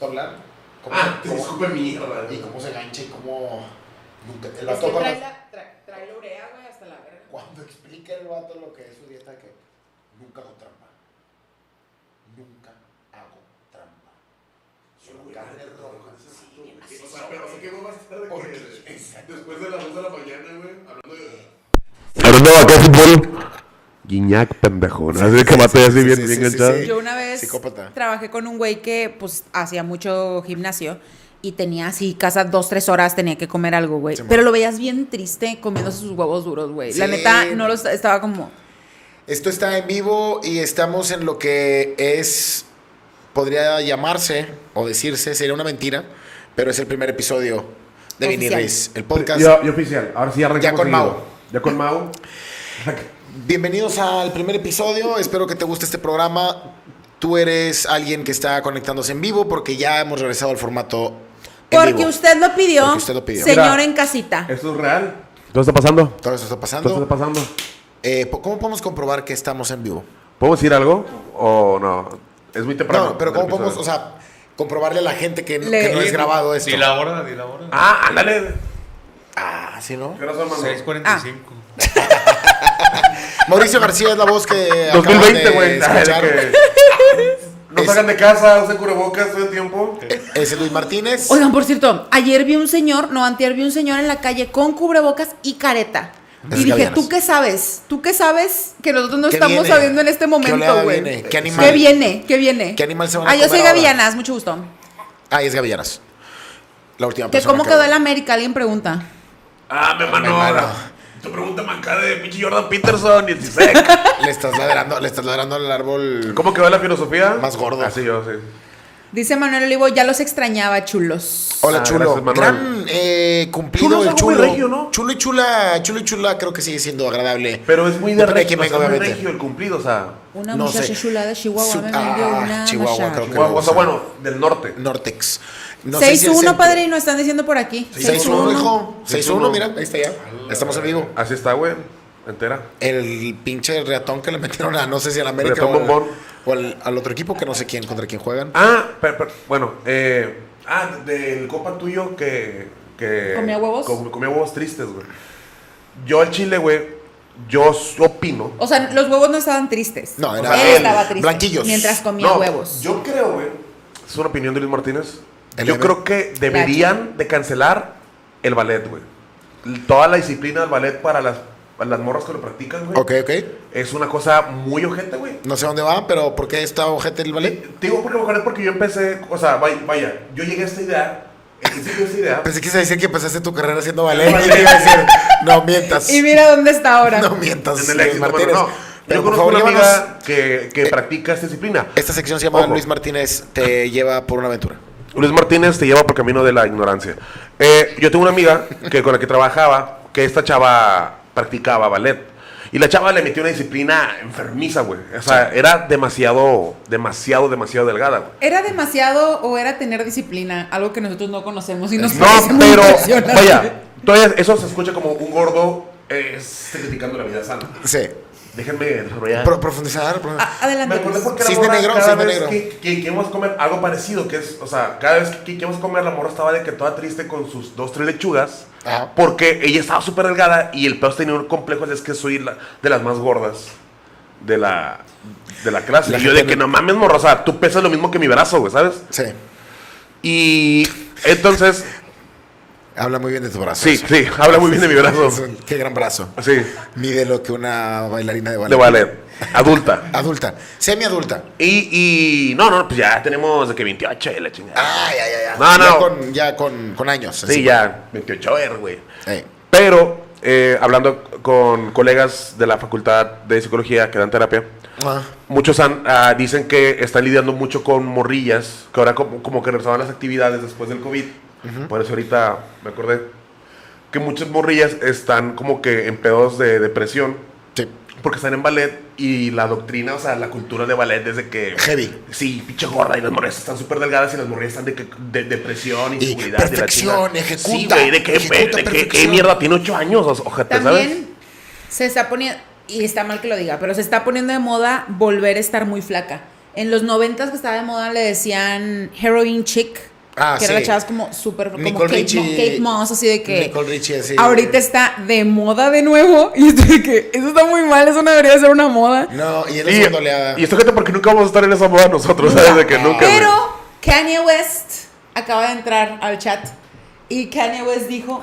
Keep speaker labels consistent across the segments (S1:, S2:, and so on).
S1: hablar. Cómo,
S2: Ah, te
S1: cómo-
S2: disculpe mierda.
S1: y cómo se gancha y cómo. Nunca, el
S3: Es
S1: vato
S3: que
S1: cuando,
S3: trae, la, tra- trae la urea, güey, hasta la verga.
S1: cuando explica el vato lo que es su dieta, que nunca hago trampa. Nunca hago trampa. Solo carne roja.
S2: Sí, güey. O sea, pero o sea, ¿qué no vas a estar de
S1: ¿Por
S2: que-
S1: qué? Exacto.
S2: Después de las 2 de la mañana, güey, hablando de.
S4: Hablando de acá fútbol. Guiñac, pendejo. ¿no? Así que maté así
S1: sí,
S4: bien,
S1: sí, sí,
S4: bien
S1: sí,
S4: enganchado.
S1: sí.
S3: Yo una vez
S1: Psicópata.
S3: trabajé con un güey que pues hacía mucho gimnasio y tenía así casa dos, tres horas, tenía que comer algo, güey.
S1: Simón.
S3: Pero lo veías bien triste comiendo sus huevos duros, güey. La
S1: Sí.
S3: neta, no los estaba como.
S1: Esto está en vivo y estamos en lo que es, podría llamarse o decirse, sería una mentira, pero es el primer episodio de Vini
S3: Oficial.
S1: Riz, el podcast.
S2: Yo, oficial, ahora sí
S1: Ya con seguido. Mau.
S2: Ya con Mau.
S1: Bienvenidos al primer episodio, espero que te guste este programa. Tú eres alguien que está conectándose en vivo porque ya hemos regresado al formato. en
S3: Porque
S1: vivo.
S3: usted lo pidió,
S1: Porque usted lo pidió.
S3: señor
S2: Mira.
S3: en casita.
S2: Esto es real.
S4: ¿Todo está pasando?
S1: Todo eso está
S4: ¿Todo
S1: pasando.
S4: está pasando?
S1: Eh, po- ¿Cómo podemos comprobar que estamos en vivo?
S4: ¿Podemos decir algo? ¿O no? Es muy temprano.
S1: No, pero
S4: el
S1: ¿cómo podemos, o
S4: episodio.
S1: sea, comprobarle a la gente que, no-
S3: Le-
S1: que no es grabado esto?
S5: Di la hora, di la hora.
S4: Ah, ándale.
S1: Ah, sí, ¿no?
S2: ¿Qué hora son, mano?
S5: 6.45.
S1: Mauricio García es la voz que. acaban
S4: 2020,
S1: de
S4: güey. Ay,
S1: escuchar.
S4: de
S2: No
S1: Es-
S2: salgan de casa, usen cubrebocas todo el tiempo.
S1: Eh, Es Luis Martínez.
S3: Oigan, por cierto, ayer vi un señor, no, antier vi un señor en la calle con cubrebocas y careta.
S1: Esas
S3: y dije,
S1: gavianas.
S3: ¿tú qué sabes? ¿tú qué sabes que nosotros no
S1: ¿Qué
S3: estamos
S1: viene?
S3: sabiendo en este
S1: ¿Qué
S3: momento,
S1: oleada
S3: güey?
S1: viene? ¿Qué animal?
S3: ¿Qué viene? ¿Qué viene?
S1: ¿Qué animal se van a
S3: Ah, yo soy
S1: comer ahora?
S3: Gavianas, mucho gusto.
S1: Ah, es Gavillanas. La última
S3: ¿Que
S1: persona.
S3: ¿Cómo
S1: que-
S3: quedó el América? Alguien pregunta.
S4: Ah, mi hermano.
S1: Mi hermano.
S4: ahora. Tu pregunta mancada de pinche Jordan Peterson y el Cisek.
S1: Le estás ladrando, le estás ladrando al árbol.
S4: ¿Cómo quedó la filosofía?
S1: Más gordo.
S4: Así yo, sí.
S3: Dice Manuel Olivo, ya los extrañaba, chulos.
S1: Hola,
S4: Ah,
S1: chulo.
S4: gracias, Manuel.
S1: Gran eh, cumplido
S4: Chulo es
S1: el
S4: algo muy
S1: chulo.
S4: regio, ¿no?
S1: Chulo y chula, chulo y chula creo que sigue siendo agradable.
S4: Pero es muy de
S1: Depende de
S4: regio,
S1: quién
S4: o sea,
S1: venga,
S4: muy
S1: obviamente.
S4: regio el cumplido, o sea.
S3: Una
S1: No
S3: muchacha
S1: sé.
S3: chula de Chihuahua
S1: Su-
S3: me
S1: Ah,
S3: vendió una
S1: Chihuahua,
S3: machaca.
S1: creo que-
S4: Chihuahua, o
S1: usa.
S4: sea, bueno, del norte.
S1: Nortex. No sé si el
S3: 6-1,
S1: centro-
S3: padre, y nos están diciendo por aquí.
S1: 6-1, hijo. 6-1,
S4: 6-1,
S1: mira, ahí está ya. Estamos en vivo.
S4: Así está, güey. Entera.
S1: El pinche reatón que le metieron a no sé si al América
S4: Reatón
S1: o, al,
S4: bombón.
S1: o al- al otro equipo que no sé quién contra quién juegan.
S4: Ah, pero, pero, bueno, eh, ah, del copa tuyo que, que...
S3: ¿Comía huevos?
S4: com- comía huevos tristes, güey. Yo al chile, güey, yo s- opino...
S3: O sea, los huevos no estaban tristes.
S1: No,
S3: Él
S1: era-
S3: estaba triste.
S1: blanquillos.
S3: Mientras comía
S4: No,
S3: huevos.
S4: Yo creo, güey, es una opinión de Luis Martínez.
S1: El
S4: yo
S1: M.
S4: creo que deberían de cancelar el ballet, güey. L- Toda la disciplina del ballet para las, para las morras que lo practican, güey.
S1: Ok, ok.
S4: Es una cosa muy ojete, güey.
S1: No sé dónde va, pero ¿por qué está ojete el ballet?
S4: Te digo porque me acuerdo porque yo empecé, o sea, vaya, vaya, yo llegué a esta idea, existe esta idea.
S1: Pensé que ibas a decir que empezaste tu carrera haciendo ballet. Y te iba a decir, no mientas.
S3: Y mira dónde está ahora.
S1: No mientas,
S4: en el
S1: Luis
S4: éxito, mano,
S1: Pues, Martínez.
S4: no.
S1: Pero
S4: yo
S1: por
S4: conozco
S1: favor,
S4: una
S1: llévanos.
S4: amiga que, que practica esta disciplina.
S1: Esta sección se llama
S4: Ojo.
S1: Luis Martínez te lleva por una aventura.
S4: Luis Martínez te lleva por camino de la ignorancia. Eh, yo tengo una amiga que con la que trabajaba, que esta chava practicaba ballet. Y la chava le metió una disciplina enfermiza, güey. O sea, era demasiado, demasiado, demasiado delgada, güey.
S3: ¿Era demasiado o era tener disciplina? Algo que nosotros no conocemos y nos parece
S4: No,
S3: muy
S4: pero,
S3: impresionante.
S4: vaya, todavía eso se escucha como un gordo eh, criticando la vida sana.
S1: Sí.
S4: Déjenme desarrollar.
S1: Pro- profundizar. profu-
S3: A- adelante.
S4: Me
S3: pues.
S4: acordé
S3: Luis.
S4: porque la
S1: Cisne
S4: morra
S1: negro,
S4: cada
S1: cisne
S4: vez
S1: negro.
S4: Que, que queremos comer algo parecido, que es, o sea, cada vez que queremos comer, la morra estaba de que toda triste con sus dos, tres lechugas,
S1: Ajá.
S4: porque ella estaba súper delgada y el peor tenía un complejo, es que soy la- de las más gordas de la, de la clase.
S1: La
S4: y yo
S1: gente
S4: de que
S1: no-
S4: no mames, morra, o sea, tú pesas lo mismo que mi brazo, güey, ¿sabes?
S1: Sí.
S4: Y entonces,
S1: Habla muy bien de tu brazo.
S4: sí, sí, habla muy bien de mi brazo.
S1: Qué gran brazo.
S4: Sí,
S1: Mide lo que una bailarina de ballet.
S4: de ballet, adulta.
S1: Adulta. Semi-adulta.
S4: Y, y, no, no, pues ya tenemos de que 28 y la chingada.
S1: Ay, ay, ay. ay.
S4: No,
S1: Ya
S4: no.
S1: con, ya con, con años.
S4: Sí,
S1: así.
S4: ya, 28 er, güey.
S1: Eh.
S4: Pero, eh, hablando con colegas de la Facultad de Psicología que dan terapia,
S1: Ah,
S4: muchos han- ah, dicen que están lidiando mucho con morrillas, que ahora como, como que regresaban las actividades después del COVID. Por eso ahorita me acordé que muchas morrillas están como que en pedos de depresión
S1: sí.
S4: porque están en ballet y la doctrina, o sea, la cultura de ballet desde que...
S1: Heavy.
S4: Sí, pinche gorda, y las morrillas están súper delgadas y las morrillas están de, que- de- depresión, inseguridad. de la
S1: perfección,
S4: chingada.
S1: ejecuta,
S4: Sí, güey, de que,
S1: ejecuta
S4: de que-
S1: perfección.
S4: ¿qué mierda tiene ocho años, o- ojete,
S1: pues,
S4: ¿sabes?
S3: También se está poniendo, y está mal que lo diga, pero se está poniendo de moda volver a estar muy flaca. En los noventas que estaba de moda le decían heroin chic.
S1: Ah,
S3: que eran
S1: sí.
S3: las chavas como súper como
S1: Nicole
S3: Kate,
S1: Richie-
S3: Mo- Kate Moss, así de que.
S1: Nicole Richie, así.
S3: Ahorita está de moda de nuevo. Y estoy de que eso está muy mal, eso no debería ser una moda.
S1: No, y es la
S4: Y,
S1: segunda oleada.
S4: y esto gente porque nunca vamos a estar en esa moda nosotros, ¿sabes? De que nunca. güey.
S3: Pero Kanye West acaba de entrar al chat y Kanye West dijo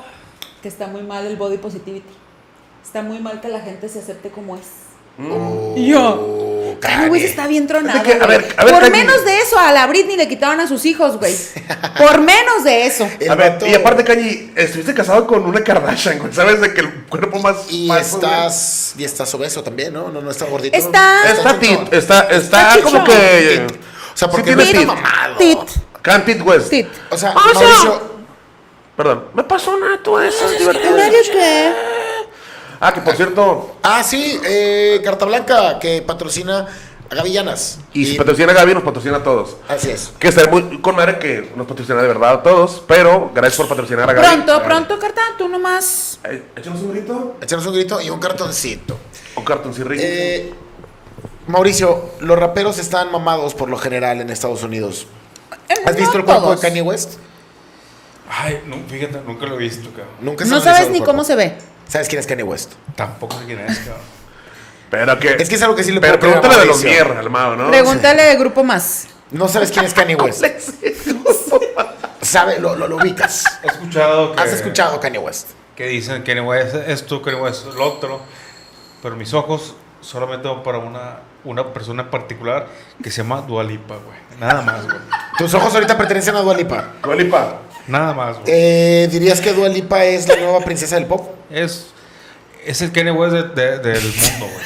S3: que está muy mal el body positivity. Está muy mal que la gente se acepte como es.
S1: Oh,
S3: Y yo, Kanye West está bien tronado.
S4: Es que, a
S3: güey.
S4: ver, a ver,
S3: Por
S4: Kanye-
S3: menos de eso, a la Britney le quitaron a sus hijos, güey. Por menos de eso.
S1: El
S4: A ver,
S1: vato-
S4: y aparte, Kanye, estuviste casado con una Kardashian, güey. ¿Sabes? De que el cuerpo más.
S1: Y
S4: más-
S1: estás, y estás obeso también, ¿no? No, no está gordito.
S3: Está-
S4: Está, tit-
S1: chichón.
S4: está, está,
S3: Está
S4: como
S3: chichón.
S4: que.
S1: Tit. O sea, porque
S4: Sí
S1: no
S4: tiene
S1: está
S4: tit.
S1: mamado.
S3: Tit,
S4: Can Tit West.
S3: tit.
S1: O sea,
S4: O sea-
S1: Mauricio,
S4: Perdón. Me pasó una tú eso, es divertido.
S3: que.
S4: Ah, que por cierto,
S1: Ah, sí, eh, Carta Blanca, que patrocina a Gaby Llanas.
S4: y si patrocina a Gaby, nos patrocina a todos.
S1: Así es.
S4: Que estaré muy con madre que nos patrocina de verdad a todos, pero gracias por patrocinar a Gaby.
S3: Pronto, pronto, Carta, tú nomás.
S4: Eh, Échanos un grito.
S1: Echarnos un grito y un cartoncito.
S4: O cartoncirri.
S1: Eh, Mauricio, los raperos están mamados por lo general en Estados Unidos. ¿Has
S3: eh, No
S1: visto el cuerpo
S3: todos.
S1: de Kanye West?
S5: Ay, no, fíjate, nunca lo he visto, cabrón.
S1: Nunca se ha
S3: No
S1: analizado
S3: sabes
S1: el
S3: ni
S1: cuerpo.
S3: cómo se ve.
S1: ¿Sabes quién es Kanye West?
S5: Tampoco sé quién es, cabrón.
S4: pero que.
S1: Es que es algo que sí le
S4: Pero
S1: puedo creer a
S4: pregúntale de los
S1: Mauricio.
S4: mierdas, almado, ¿no?
S3: Pregúntale de grupo más.
S1: No sabes quién es Kanye West. Sabe, lo, lo, lo ubicas.
S5: He escuchado que.
S1: Has escuchado a Kanye West.
S5: Que dicen que no es esto, que no es lo otro. Pero mis ojos solamente van para una, una persona en particular que se llama Dualipa, güey. Nada más, güey.
S1: Tus ojos ahorita pertenecen a Dualipa.
S4: Dualipa.
S5: Nada más, güey.
S1: Eh, ¿Dirías que Dualipa es la nueva princesa del pop?
S5: Es, es el Kanye West de- de- del mundo, güey.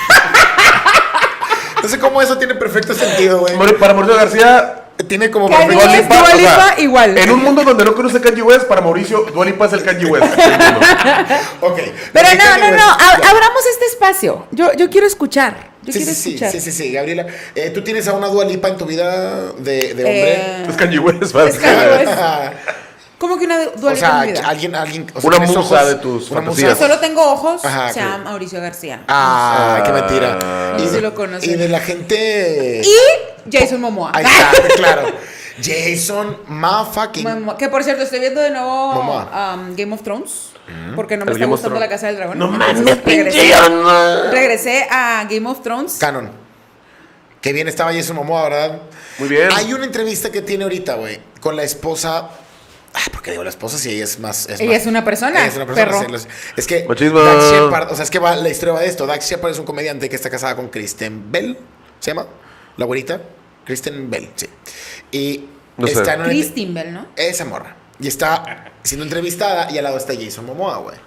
S1: No sé cómo eso tiene perfecto sentido, güey.
S4: Mori- Para Mauricio García.
S1: Tiene como
S3: Kanye
S1: perfecto-
S3: West, Dua
S4: o sea,
S3: Lipa, igual.
S4: En un mundo donde no conoce Kanye West, para Mauricio, Dualipa es el Kanye West.
S1: Ok.
S3: Pero
S1: Kanye
S3: no, no,
S1: West-
S3: no, ab- abramos este espacio. Yo, yo quiero escuchar. Yo
S1: Sí,
S3: quiero
S1: sí, sí,
S3: escuchar.
S1: sí, sí, sí, Gabriela. Eh, ¿Tú tienes a una Dualipa en tu vida de, de hombre? Pues
S3: Eh,
S4: es Kanye West, para
S3: Es Kanye West. ¿Cómo que una
S1: o
S3: dualidad?
S1: sea,
S3: en mi vida?
S1: alguien, alguien. o sea,
S4: Una
S1: ¿tienes
S4: musa de tus
S1: Una musa.
S4: fantasías.
S3: Solo tengo ojos,
S1: Ajá,
S3: se llama
S1: ok.
S3: Mauricio García.
S1: Ah, qué
S4: Ah.
S1: mentira.
S3: Sí lo conocí.
S1: y de la gente.
S3: Y Jason Momoa.
S1: Ahí está, claro. Jason Mafucking.
S3: Momoa, Que por cierto, estoy viendo de nuevo
S1: Momoa. Mm.
S3: um, Game of Thrones. Porque no me
S4: El
S3: está
S4: Game of
S3: gustando la
S4: Thrones.
S3: casa del dragón.
S4: No
S3: Entonces,
S4: mames, pinche
S3: regresé,
S4: Diana.
S3: regresé a Game of Thrones.
S1: Canon. Qué bien estaba Jason Momoa, ¿verdad?
S4: Muy bien.
S1: Hay una entrevista que tiene ahorita, güey, con la esposa. Ah, porque digo la esposa si ella es más.
S3: Ella
S1: más-
S3: es una persona,
S1: Ella es una persona.
S3: perro.
S1: sí, los- Es que.
S4: Machismo.
S1: Dax Shepard, o sea, es que va, la historia va de esto. Dax Shepard es un comediante que está casada con Kristen Bell. ¿Se llama? La güerita. Kristen Bell, sí. Y
S4: No sé.
S1: está en una-
S3: Christine Bell, ¿no?
S1: esa morra. Y está siendo entrevistada y al lado está Jason Momoa, güey.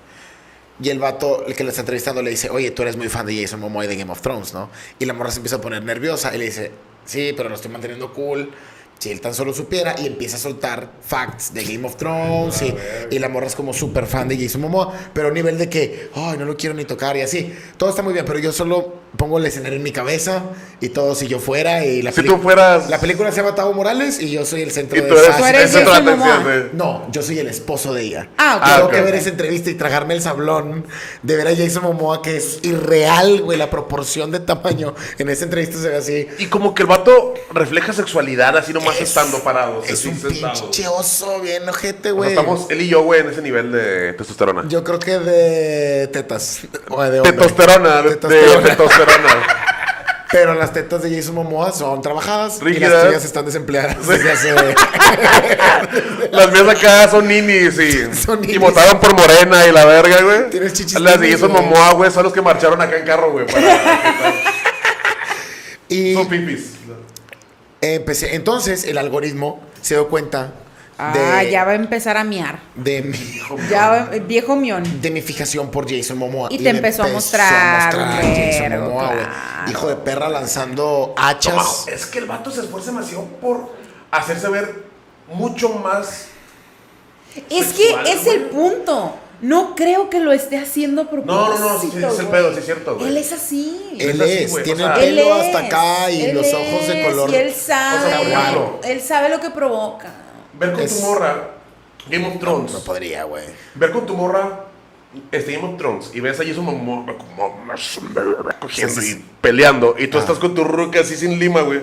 S1: Y el vato el que la está entrevistando le dice, oye, tú eres muy fan de Jason Momoa y de Game of Thrones, ¿no? Y la morra se empieza a poner nerviosa y le dice, sí, pero lo estoy manteniendo cool. Si él tan solo supiera y empieza a soltar facts de Game of Thrones y- y, la morra es como súper fan de Jason Momoa, pero a un nivel de que, ay, no lo quiero ni tocar y así. Todo está muy bien, pero yo solo pongo el escenario en mi cabeza y todo si yo fuera y la
S4: Si
S1: peli-
S4: tú fueras-
S1: La película se llama Tavo Morales y yo soy el centro
S4: Y
S1: de
S4: tú eres,
S1: esa-
S3: Tú eres
S4: el centro de
S3: Jason
S4: atención, eh.
S3: Momoa.
S4: sí.
S1: no, yo soy el esposo de ella.
S3: Ah, ok.
S1: Tengo
S4: Ah, ok.
S1: que ver esa entrevista y tragarme el sablón de ver a Jason Momoa, que es irreal, güey, la proporción de tamaño. En esa entrevista se ve así.
S4: Y como que el vato refleja sexualidad así nomás estando parado.
S1: Es
S4: así
S1: un
S4: sentado.
S1: pinche oso, bien ojete,
S4: O sea,
S1: güey.
S4: estamos él y yo, güey, en ese nivel de testosterona.
S1: Yo creo que de tetas. O de hombre.
S4: Testosterona, de-
S1: Testosterona.
S4: de testosterona.
S1: Pero las tetas de Jason Momoa son trabajadas y
S4: Rígidas.
S1: las tuyas están desempleadas. desde hace-
S4: Las mías acá son ninis y,
S1: Son
S4: y
S1: ninis.
S4: votaron por Morena y la verga, güey.
S1: Tienes chichis
S4: Las de
S1: ninis,
S4: Jason
S1: güey.
S4: Momoa, güey, son los que marcharon acá en carro, güey. para-
S1: y
S4: Son pipis.
S1: empecé. Entonces el algoritmo se dio cuenta de,
S3: Ah, ya va a empezar a miar.
S1: de mi
S3: Ya va- viejo mión.
S1: de mi fijación por Jason Momoa.
S3: Y te
S1: le
S3: empezó a mostrar,
S1: mostrar
S3: un
S1: Jason
S3: vergo,
S1: Momoa, güey.
S3: claro.
S1: Hijo de perra lanzando
S4: No,
S1: hachas.
S4: es que el vato se esfuerza demasiado por hacerse ver mucho más.
S3: Es que
S4: Sexual,
S3: es
S4: güey.
S3: el punto. No creo que lo esté haciendo a propósito.
S4: No, no, no, sí, sí, es el
S3: güey.
S4: pedo, sí es cierto, güey.
S3: Él es así.
S1: él
S4: es así,
S1: es,
S4: güey,
S1: tiene
S4: o
S1: el
S4: sea-
S1: pelo
S3: Él
S1: hasta acá y
S3: él
S1: los ojos de
S3: es,
S1: color.
S3: Y él sabe.
S4: o sea, morado.
S3: él sabe lo que provoca.
S4: Ver con
S1: Es- pues.
S4: tu morra Game of Thrones.
S1: No podría, güey.
S4: Ver con tu morra este Game of Thrones y ves a Jason Momoa como cogiendo y peleando y tú estás con tu ruca así sin lima, güey.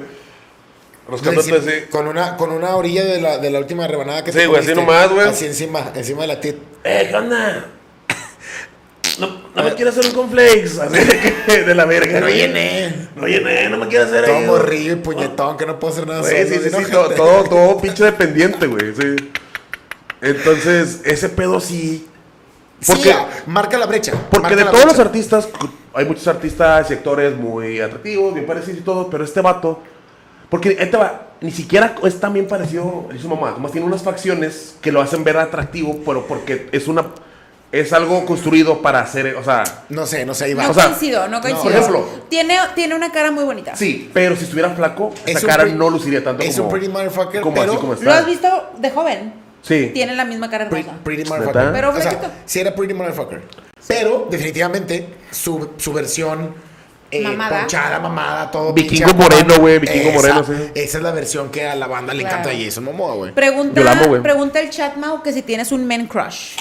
S4: Rascándote
S1: Sí,
S4: así.
S1: Con una, con una orilla de la, de la última rebanada que
S4: Sí, güey, así
S1: comiste.
S4: nomás, güey.
S1: Así encima, encima de la tit.
S4: ¡Eh, qué onda! Ah. No, no me quiero hacer un complex. Así de, que- de la verga.
S1: No
S4: güey.
S1: llené.
S4: No llené, no me quiero hacer
S1: Todo
S4: ahí.
S1: morrillo y puñetón, que no puedo hacer nada
S4: Güey, sí,
S1: solo,
S4: sí,
S1: bien
S4: sí, todo,
S1: ojete.
S4: todo, todo pinche dependiente, güey. Sí. Entonces, ese pedo sí.
S1: Sí,
S4: Porque-
S1: ah, marca la brecha.
S4: Porque
S1: marca
S4: de
S1: la
S4: todos los
S1: brecha.
S4: artistas, hay muchos artistas y actores muy atractivos, bien parecidos y todo, pero este vato, porque este va, ni siquiera es tan bien parecido a su mamá, más tiene unas facciones que lo hacen ver atractivo, pero porque es una es algo construido para hacer, o sea,
S1: No sé, no sé, ahí va.
S3: No
S4: o sea,
S3: coincido, no coincido.
S4: por ejemplo.
S3: tiene, tiene una cara muy bonita.
S4: sí, pero si estuviera flaco, esa
S1: Es un
S4: cara
S1: pre-
S4: no luciría tanto
S1: es
S4: como
S1: un pretty motherfucker,
S4: como
S1: pero-
S4: así como
S3: ¿Lo
S4: está.
S3: has visto de joven?
S4: Sí.
S3: Tiene la misma cara
S1: Pretty,
S3: hermosa.
S1: pretty
S4: ¿Neta?
S1: motherfucker.
S3: Pero
S1: o sea,
S3: flaquito.
S1: sí era pretty motherfucker. Pero definitivamente su, su versión eh,
S3: Mamada.
S1: ponchada, mamada, todo.
S4: Vikingo
S1: pinche
S4: moreno,
S1: acabado.
S4: güey, vikingo
S1: Esa-
S4: moreno, sí.
S1: Esa es la versión que a la banda le encanta
S3: Claro.
S1: a Jason Momoa, güey.
S3: Pregunta,
S4: Yo la amo, güey.
S3: pregunta el chat, Mau, que si tienes un men crush.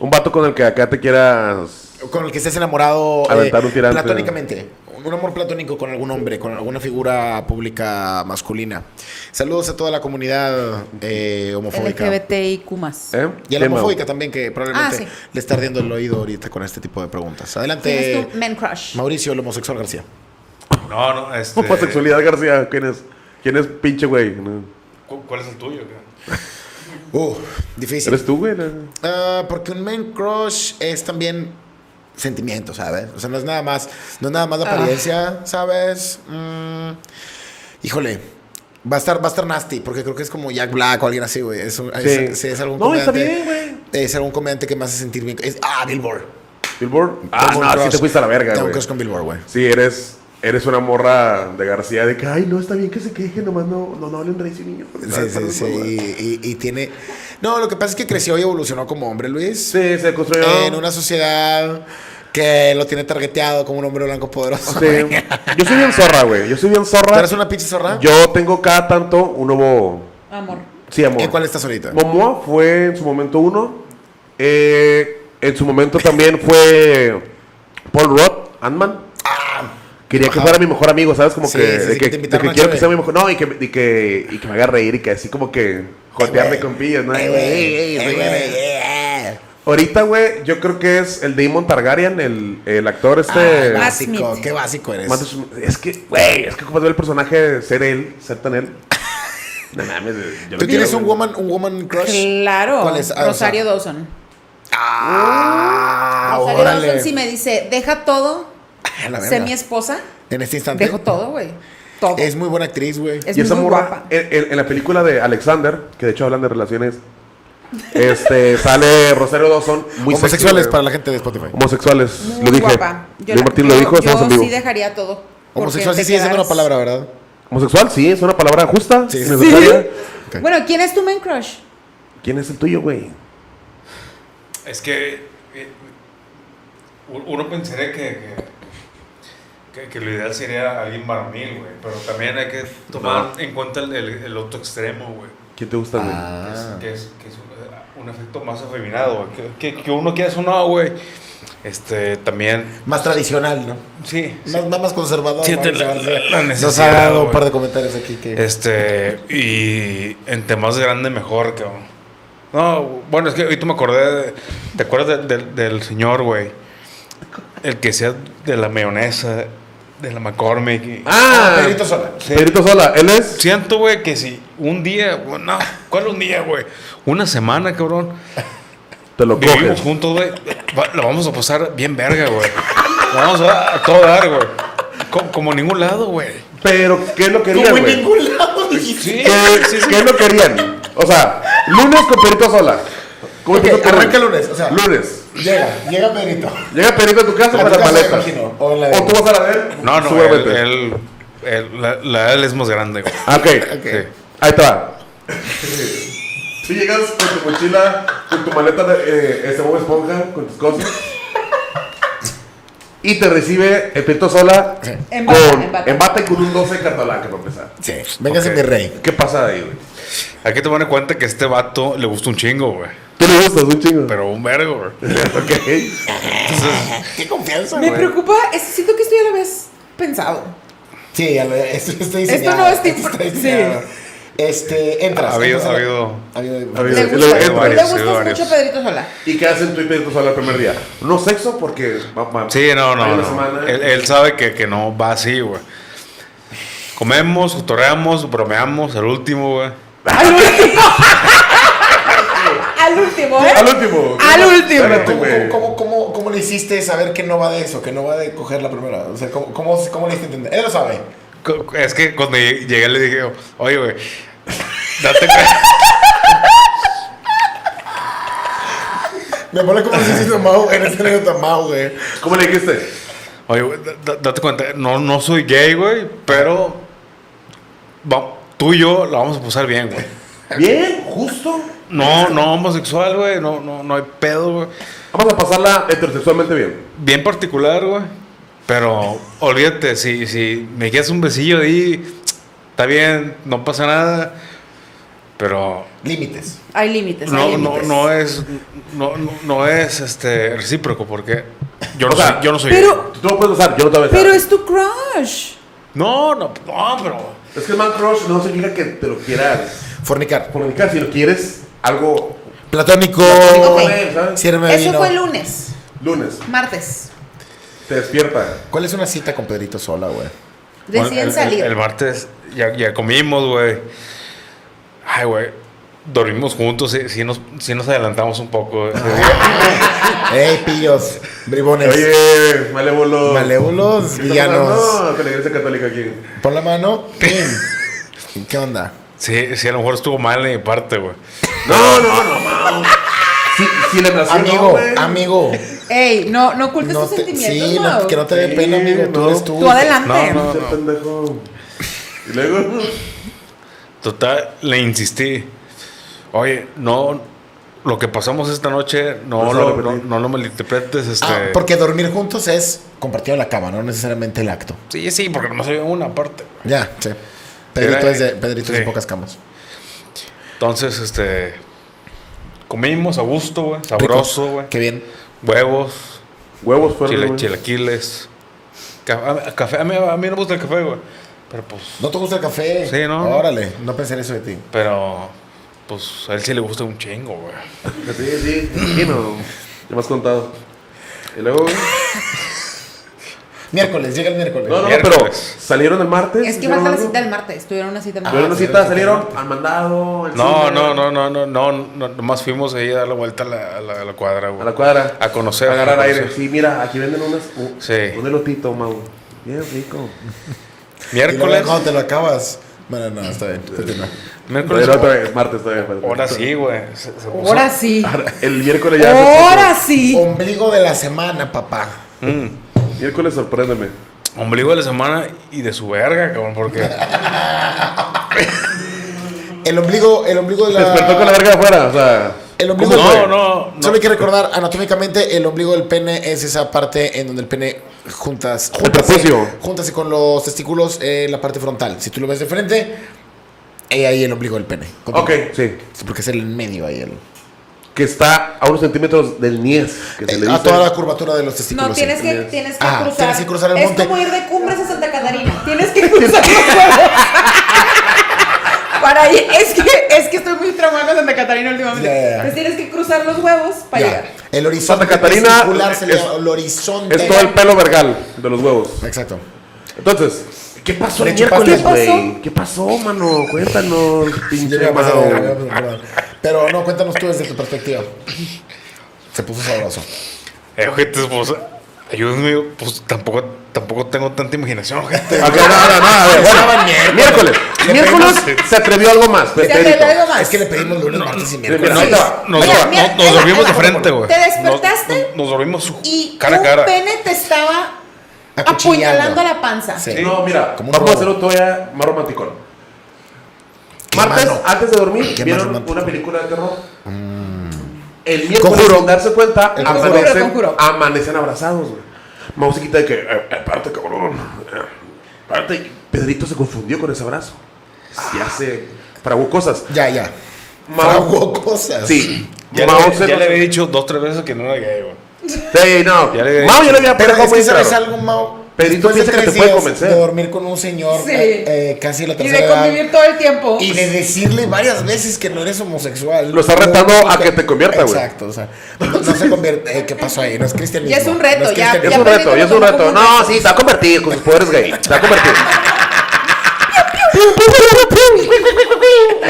S4: Un vato con el que acá te quieras
S1: Con el que estés enamorado eh,
S4: Aventar un tirante.
S1: platónicamente. Un amor platónico con algún hombre, con alguna figura pública masculina. Saludos a toda la comunidad eh, homofóbica.
S3: LGBTIQ+.
S4: ¿eh?
S1: Y a la
S4: Tema.
S1: homofóbica también, que probablemente
S3: Ah, sí.
S1: le está ardiendo el oído ahorita con este tipo de preguntas.
S3: ¿Tienes
S1: Adelante,
S3: tu men crush?
S1: Mauricio, el homosexual García.
S5: No, no, este.
S4: Homosexualidad García, ¿quién es? ¿Quién es pinche güey? No.
S5: ¿cu- ¿Cuál es el tuyo? güey?
S1: Uh, difícil.
S4: ¿Eres tú, güey? No.
S1: Ah, porque un man crush es también sentimiento, ¿sabes? O sea, no es nada más, no es nada más la
S3: Ah.
S1: apariencia, ¿sabes? Mm, híjole. Va a estar, va a estar nasty, porque creo que es como Jack Black o alguien así, güey. Es, un-
S4: Sí.
S1: es- sí, es algún
S4: No, está
S1: comediante.
S4: bien, güey.
S1: Es algún comediante que me hace sentir bien. es- ah, Billboard.
S4: ¿Billboard? Ah,
S1: Tengo un
S4: no, así
S1: crush.
S4: te fuiste a la verga,
S1: Tengo un
S4: güey. Ah,
S1: crush con Billboard, güey.
S4: Sí, eres, eres una morra de García de que, ay, no, está bien que se queje, nomás no, no, no hablen rey y niño.
S1: Sí, sí, sí. Y, y- y tiene. No, lo que pasa es que creció y evolucionó como hombre, Luis.
S4: Sí, se construyó.
S1: En una sociedad que lo tiene targeteado como un hombre blanco poderoso.
S4: Sí. Yo soy bien zorra, güey. Yo soy bien
S1: ¿Tú
S4: zorra.
S1: eres una pinche zorra?
S4: Yo tengo cada tanto un nuevo...
S3: Amor.
S4: Sí, amor.
S1: ¿En cuál estás ahorita?
S4: Momoa fue en su momento uno. Eh, en su momento también fue Paul Roth, Ant-Man. Quería que
S1: Ah. Ajá.
S4: fuera mi mejor amigo, ¿sabes? Como
S1: Sí,
S4: que,
S1: sí,
S4: de
S1: sí,
S4: que,
S1: que te
S4: de
S1: invitaron
S4: que
S1: a
S4: quiero que
S1: cheve.
S4: sea mi mejor. No, y que, y que, y que me haga reír y que así como que jotearme
S1: Eh,
S4: con pillas, ¿no?
S1: eh,
S4: Eh,
S1: güey,
S4: güey,
S1: eh,
S4: eh,
S1: güey,
S4: güey.
S1: eh.
S4: Ahorita, güey, yo creo que es el Damon Targaryen, el, el actor
S1: Ah,
S4: este.
S3: Matt
S1: básico,
S3: Smith.
S1: qué básico eres.
S4: Matt Smith. es que, güey, es que como veo el personaje ser él, ser tan él. no mames, yo lo
S1: ¿Tú
S4: quiero,
S1: tienes
S4: güey.
S1: un woman, un woman crush?
S3: Claro.
S1: ¿Cuál es? Ah, o sea-
S3: Rosario Dawson.
S1: Ah,
S3: Rosario
S1: órale.
S3: Dawson sí me dice, deja todo,
S1: A la
S3: sé
S1: verga.
S3: mi esposa,
S1: En este instante.
S3: dejo todo, güey. Todo.
S1: Es muy buena actriz, güey.
S3: Es
S4: y esa
S3: muy
S4: morra,
S3: guapa.
S4: en, en- en la película de Alexander, que de hecho hablan de relaciones, este, sale Rosario Dawson, muy sexy,
S1: Homosexuales
S4: güey.
S1: para la gente de Spotify.
S4: Homosexuales,
S3: Muy
S4: lo dije.
S3: guapa. Yo,
S4: Luis
S3: la-
S4: Martín
S3: yo-
S4: lo dijo, estamos
S3: yo
S4: en vivo.
S3: sí dejaría todo. porque
S1: Homosexual sí
S3: te
S1: sigue siendo una
S3: quedaras-
S1: palabra, ¿verdad?
S4: Homosexual, sí, es una palabra justa,
S1: Sí.
S4: necesaria.
S1: Ok.
S3: Bueno, ¿quién es tu main crush?
S4: ¿Quién es el tuyo, güey?
S5: Es que eh, u- uno pensaría que, que, que- que lo ideal sería alguien varonil, güey. Pero también hay que tomar en cuenta el, el- el otro extremo, güey.
S4: ¿Quién te gusta, güey?
S5: que es-
S1: Ah.
S5: Que es, que es un, un efecto más afeminado, güey. Que, que- que uno quiera eso no, güey. Este, también.
S1: Más tradicional, ¿no?
S5: Sí. sí.
S1: Más, más conservador.
S5: Siente
S1: más-
S5: la- la- la
S1: Nos
S5: necesidad,
S1: ha dado un
S5: güey.
S1: par de comentarios aquí que.
S5: Este, y entre más grande mejor, cabrón. No, bueno, es que hoy tú me acordé, de- ¿te acuerdas de- de- del señor, güey? El que sea de la mayonesa, de la McCormick. y-
S1: Ah,
S4: Ah,
S1: Pedrito Sola.
S5: Sí.
S4: Pedrito Sola, él es.
S5: Siento, güey, que si un día, güey, no, ¿cuál un día, güey? Una semana, cabrón.
S4: Te lo
S5: Vivimos
S4: coges.
S5: juntos, güey. Va- Lo vamos a pasar bien verga, güey. Lo Vamos a, a todo dar, güey. Co- Como, en ningún lado, güey.
S4: Pero, ¿qué lo querían,
S1: Como en
S4: güey?
S1: ningún lado. dijiste.
S5: Sí,
S4: ¿Qué,
S5: sí, sí.
S4: qué lo querían? O sea, lunes con Pedrito Sola. ¿Cómo
S1: Ok,
S4: te toca,
S1: arranca
S4: güey?
S1: lunes, o sea.
S4: Lunes.
S1: Llega, llega Pedrito.
S4: Llega Pedrito a tu casa
S1: A
S4: con
S1: tu
S4: las
S1: casa, me
S4: maletas.
S1: imagino, o
S4: O,
S1: en la de-
S4: tú vas a la de él.
S5: No, no, él,
S4: seguramente.
S5: él, él- la, la de él es más grande, güey.
S4: Ah, Ok.
S5: Ok.
S4: Ahí te va. Tú llegas con tu mochila, con tu maleta de eh, este Bob Esponja, con tus cosas. y te recibe el Pedrito Sola
S3: En bata,
S4: con
S3: en bata.
S4: embate y con un 12 catalán, que para empezar.
S1: Sí. Véngase,
S5: Ok.
S1: mi rey.
S4: ¿Qué pasa ahí, güey?
S5: Hay que tomar en cuenta que a este vato le gusta un chingo, güey.
S4: Tú le gustas un chingo.
S5: Pero un vergo, güey.
S4: ok.
S5: Entonces,
S1: Qué confianza,
S3: Me
S1: güey.
S3: preocupa, es- siento que esto ya lo habías pensado.
S1: Sí, ya lo- esto está
S3: Esto
S1: diseñado.
S3: no es tipo-
S1: esto está
S3: sí.
S1: diseñado. Este, entras.
S5: Ha habido-
S1: entras a
S5: ha
S1: la-
S5: habido-
S1: ha habido-
S6: ha habido-
S3: Le
S6: Sí,
S3: gusta,
S6: lo-
S3: le
S5: varios,
S3: gustas
S5: sí, varios.
S3: mucho Pedrito Sola.
S6: ¿Y qué hacen tú y Pedro Sola el primer día? No sexo porque... va- va-
S5: Sí, no,
S6: hay
S5: no.
S6: una
S5: no.
S6: semana- ¿eh?
S5: Él, él sabe que, que no va así, güey. Comemos, cotorreamos, bromeamos, el último, güey.
S3: Al último. Al último, ¿eh?
S6: Al último.
S3: Al último.
S6: Espérate,
S1: ¿Cómo,
S6: güey.
S1: cómo, cómo, cómo- cómo le hiciste saber que no va de eso? Que no va de coger la primera. O sea, ¿cómo, cómo, cómo le hiciste entender? Él lo sabe.
S5: Co- co- Es que cuando llegué llegué le dije, oye, güey, date cuenta.
S1: Me pone como si hiciste Mau en esa anécdota Mau, güey.
S6: ¿Cómo le dijiste?
S5: Oye, güey, da- da- date cuenta, no, no soy gay, güey, pero va- tú y yo la vamos a pasar bien, güey.
S6: Bien, justo.
S5: No, no homosexual, güey, no, no, no hay pedo, güey.
S6: Vamos a pasarla heterosexualmente bien.
S5: Bien particular, güey. Pero olvídate, si, si me quieres un besillo ahí, está bien, no pasa nada. Pero
S1: Límites.
S3: Hay límites. hay
S5: no, no,
S3: límites.
S5: no es, no, no, no es este recíproco porque yo
S6: O
S5: no,
S6: sea,
S5: soy, yo no soy
S3: Pero,
S6: Tú no puedes besar, yo no te voy a besar.
S3: pero es tu crush.
S5: No, no, no, pero.
S6: Es que el man crush no significa que te lo quieras.
S1: Fornicar.
S6: Por indicar, si lo quieres, algo eh,
S1: Platónico.
S3: Platónico, güey.
S6: ¿sabes?
S1: Sírveme
S3: Eso
S1: vino.
S3: fue el lunes,
S6: lunes,
S3: martes.
S6: te despierta.
S1: ¿Cuál es una cita con Pedrito sola, güey?
S3: Deciden
S5: Bueno, el- el-
S3: salir.
S5: El, martes ya, ya comimos, güey. Ay, güey. Dormimos juntos, sí, sí nos, sí nos adelantamos un poco. ese día.
S1: ¡Ey, pillos! Bribones.
S6: Oye, malévolo.
S1: Malévolos,
S6: ¿Qué está
S1: villanos.
S6: pasando con la iglesia católica aquí?
S1: Pon la mano. ¡Pim! ¿Qué onda?
S5: Sí, sí, a lo mejor estuvo mal de mi parte, güey.
S6: No, no, no, no. Si, si la nació
S1: Amigo, amigo.
S3: Ey, no, no ocultes
S1: No
S3: tus
S1: te,
S3: sentimientos,
S1: sí, no,
S3: Mau.
S1: que no te dé
S6: Sí,
S1: pena, amigo. Tú
S6: no.
S1: eres tú.
S3: Tú adelante.
S5: No, no.
S6: Ese pendejo. Y luego.
S5: Total, le insistí. Oye, no. Lo que pasamos esta noche, no,
S6: Pues No se va a
S5: lo, no,
S6: repetir.
S5: no lo malinterpretes. Este...
S1: Ah, porque dormir juntos es compartido la cama, no necesariamente el acto.
S5: Sí, sí, porque nomás había una parte.
S1: Ya, sí. Pedrito
S5: Era-
S1: es de, Pedrito es de
S5: sí.
S1: pocas camas.
S5: Entonces, este. Comimos a gusto, güey. Sabroso,
S1: Rico.
S5: güey.
S1: Qué bien.
S5: Huevos.
S6: Huevos fueron.
S5: Chile,
S6: güey.
S5: chilaquiles. Ca- a- a- Café, a mí, a mí no me gusta el café, güey. Pero pues.
S1: ¿No te gusta el café?
S5: Sí, no.
S1: Órale, no pensé en eso de ti.
S5: Pero. Pues a él sí le gusta un chingo, güey.
S6: Sí, sí, sí, no. Ya me has contado. Y luego. güey.
S1: Miércoles, llega el miércoles.
S6: No, no, no, pero
S5: Miércoles.
S6: salieron el martes.
S3: Es que
S6: ¿Hicieron
S3: falta la
S6: algo?
S3: cita el martes. Tuvieron una cita el
S6: Tuvieron
S1: Ah,
S6: una
S1: sí,
S3: martes.
S6: cita,
S1: sí,
S6: salieron al mandado. al
S5: No,
S6: cine,
S5: no, no, no, no, no, no. Nomás fuimos ahí a dar la vuelta a la, a la- a la cuadra, güey.
S6: A la cuadra.
S5: A conocer.
S6: A agarrar
S5: a conocer.
S6: aire. Sí, mira, aquí venden unas. un-
S5: Sí.
S6: Un elotito, Mau. Bien rico.
S1: Y luego
S5: Miércoles.
S1: cuando te lo acabas. Bueno, no, está bien. continúa.
S5: Miércoles.
S6: Pero otra vez, martes todavía. falta.
S5: Ahora sí, güey. se- se puso-
S3: Ahora sí.
S1: Ah,
S6: El miércoles ya.
S3: Ahora sí.
S1: Ombligo de la semana, papá.
S5: Mm.
S6: Miércoles sorpréndeme.
S5: Ombligo de la semana y de su verga, cabrón, porque. eh,
S1: El ombligo, el ombligo de la.
S6: Despertó con la verga afuera, o sea.
S1: El ombligo
S6: ¿Cómo
S5: No,
S6: fue?
S5: no, no.
S1: Solo hay que recordar, anatómicamente, el ombligo del pene es esa parte en donde el pene juntas,
S6: El
S1: juntas,
S6: prepucio.
S1: juntas con los testículos eh, la parte frontal. Si tú lo ves de frente, eh, ahí el ombligo del pene. Continúa.
S6: Ok, sí.
S1: Sí, Porque es el en medio ahí. El,
S6: Que está a unos centímetros del niés. Que se le
S1: Eh, a
S6: dice.
S1: toda la curvatura de los testículos.
S3: No,
S1: sí.
S3: tienes que, tienes que
S1: Ah,
S3: cruzar.
S1: tienes que cruzar el monte.
S3: Es como ir de cumbres a Santa Catarina. Tienes que cruzar los huevos. Para ir- es que, es que estoy muy traumada con Santa Catarina últimamente.
S1: Ya, ya, ya.
S3: Entonces tienes que cruzar los huevos para
S1: Ya.
S3: llegar.
S1: El horizonte.
S6: Santa Catarina
S1: testicular se le
S6: es-
S1: llama, el horizonte.
S6: Es todo el pelo vergal de los huevos.
S1: Exacto.
S6: Entonces. ¿Qué pasó
S1: Le
S6: el
S1: chupaste.
S6: miércoles,
S3: ¿Qué pasó?
S6: güey? ¿Qué pasó, mano? Cuéntanos,
S1: Ya
S6: pinche
S1: me pasé, ya me
S6: Mau.
S1: pasé, perdón. Pero no, cuéntanos tú desde tu perspectiva. Se puso sabroso.
S5: Eh, ojetes, pues. Ayúdenme, pues tampoco, tampoco tengo tanta imaginación, ojete.
S6: Ok, no, no, no, a ver, bueno,
S1: Estaba miércoles.
S6: miércoles.
S1: Le
S6: Miércoles
S5: pegamos.
S6: se atrevió algo más. pe-
S3: Se atrevió
S6: Pedrito.
S3: algo más.
S1: Es que le pedimos lunes, martes y
S6: Mira,
S1: miércoles.
S5: No,
S6: ahí te va,
S5: nos,
S3: Mira,
S5: no-
S3: mira,
S5: nos
S3: ahí va,
S5: dormimos
S3: ahí
S5: de
S3: va.
S5: frente, güey.
S3: ¿Te despertaste?
S5: Nos, nos- nos dormimos su-
S3: Y
S5: cara a
S3: un
S5: cara.
S3: pene te estaba apuñalando la panza.
S1: Sí.
S6: No, mira,
S1: Como un
S6: vamos a
S1: robo.
S6: hacerlo todavía más romántico.
S1: Qué
S6: Martes,
S1: mano.
S6: antes de dormir,
S1: Qué más
S6: vieron
S1: romántico. Mm.
S6: una película de terror. El miércoles,
S1: Conjuro.
S6: sin darse cuenta,
S1: El
S3: conjuro.
S6: amanecen,
S3: Conjuro.
S6: amanecen abrazados, güey. Musiquita de que, eh, eh, párate, cabrón. eh, párate. Y Pedrito se confundió con ese abrazo. Ya se fraguó cosas.
S1: Ya, ya.
S6: Mau-
S1: Fraguó cosas.
S6: Sí.
S5: Ya,
S6: Mau
S5: le,
S6: se-
S5: ya le había dicho dos, tres veces que no era gay, güey.
S6: Sí, no.
S5: Ya le-
S6: Mau ya le había
S1: Pero
S6: puesto
S1: es
S6: muy
S1: que sabes
S6: claro.
S1: algo, Mau.
S4: Pedrito
S1: Después de
S4: piensa que te
S1: tres
S4: puede
S1: días
S4: convencer.
S1: de dormir con un señor
S3: Sí.
S1: eh, eh, casi la
S3: Y
S1: tercera
S3: de
S1: edad,
S3: convivir todo el tiempo.
S1: y de decirle varias veces que no eres homosexual.
S4: Lo está retando a que te convierta, güey.
S1: Exacto, o sea, no, no se convierte. eh, ¿Qué pasó ahí? No es cristianismo.
S3: Ya es un reto,
S1: no
S3: ya-
S1: cristianismo.
S4: Es un
S3: Pedrito
S4: reto,
S3: lo
S4: es un
S3: tomó como
S4: reto.
S3: un
S4: No,
S3: reto.
S4: sí, se ha convertido con sus poderes gay. Se ha convertido.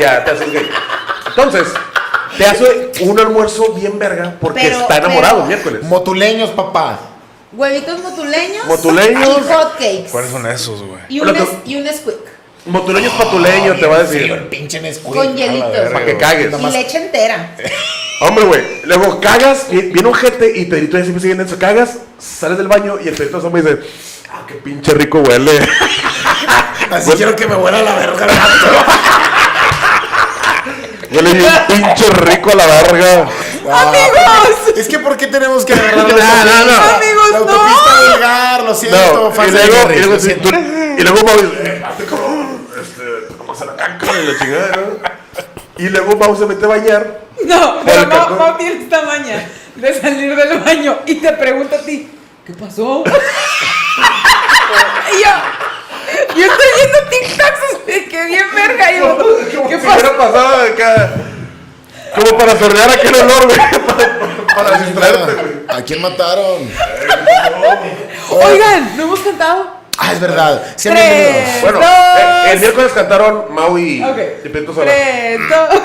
S4: ya, te haces gay. Entonces, te hace un almuerzo bien verga porque
S3: Pero-
S4: está enamorado
S3: pero-
S4: miércoles.
S1: Motuleños, papá.
S3: Huevitos motuleños.
S4: Motuleños.
S3: Y hotcakes.
S5: ¿Cuáles son esos, güey?
S3: Y un,
S4: Lo que-
S3: es- y un squeak.
S4: Motuleño es patuleño, te va a decir.
S1: Pinche Nesquik.
S3: Con hielitos.
S4: Para que cagues.
S3: Y leche entera.
S4: Hombre, güey. Luego cagas, vi- viene un gente y Pedrito ya siempre sigue en eso. Cagas, sales del baño y el Pedrito asoma y dice: ¡Ah, qué pinche rico huele!
S1: Así quiero que me vuela la verga.
S4: Huele bien pinche rico a la verga.
S3: ¡Amigos!
S1: Es que ¿por qué tenemos que agarrar
S4: No,
S1: la autopista?
S4: no, no.
S3: Amigos,
S1: La autopista vulgar, lo siento,
S4: No, y
S1: fans de
S4: luego,
S1: Jerry,
S4: y luego,
S1: lo siento.
S4: tú- y luego Mau- eh, hazte cabrón, este, nomás a la canca y la chingada, ¿no? Y luego Mau se mete a bañar.
S3: No,
S4: Vale,
S3: pero Mau,
S4: perdón.
S3: Mau tiene esta maña de salir del baño y te pregunta a ti, ¿qué pasó? y yo, yo estoy viendo TikToks de que bien verga. Y yo,
S4: Como
S3: ¿qué
S4: si hubiera
S3: pasó?
S4: pasado acá. Como para sordear aquel olor, güey. Para, para distraerte, güey.
S1: ¿A quién mataron?
S3: Oigan, ¿no hemos cantado?
S1: Ah, es verdad. Sean
S3: Tres.
S1: bienvenidos.
S4: Bueno,
S3: Dos.
S4: eh, el miércoles cantaron Mau y,
S3: Ok.
S4: y Pedrito Sola.
S3: Tres, dos,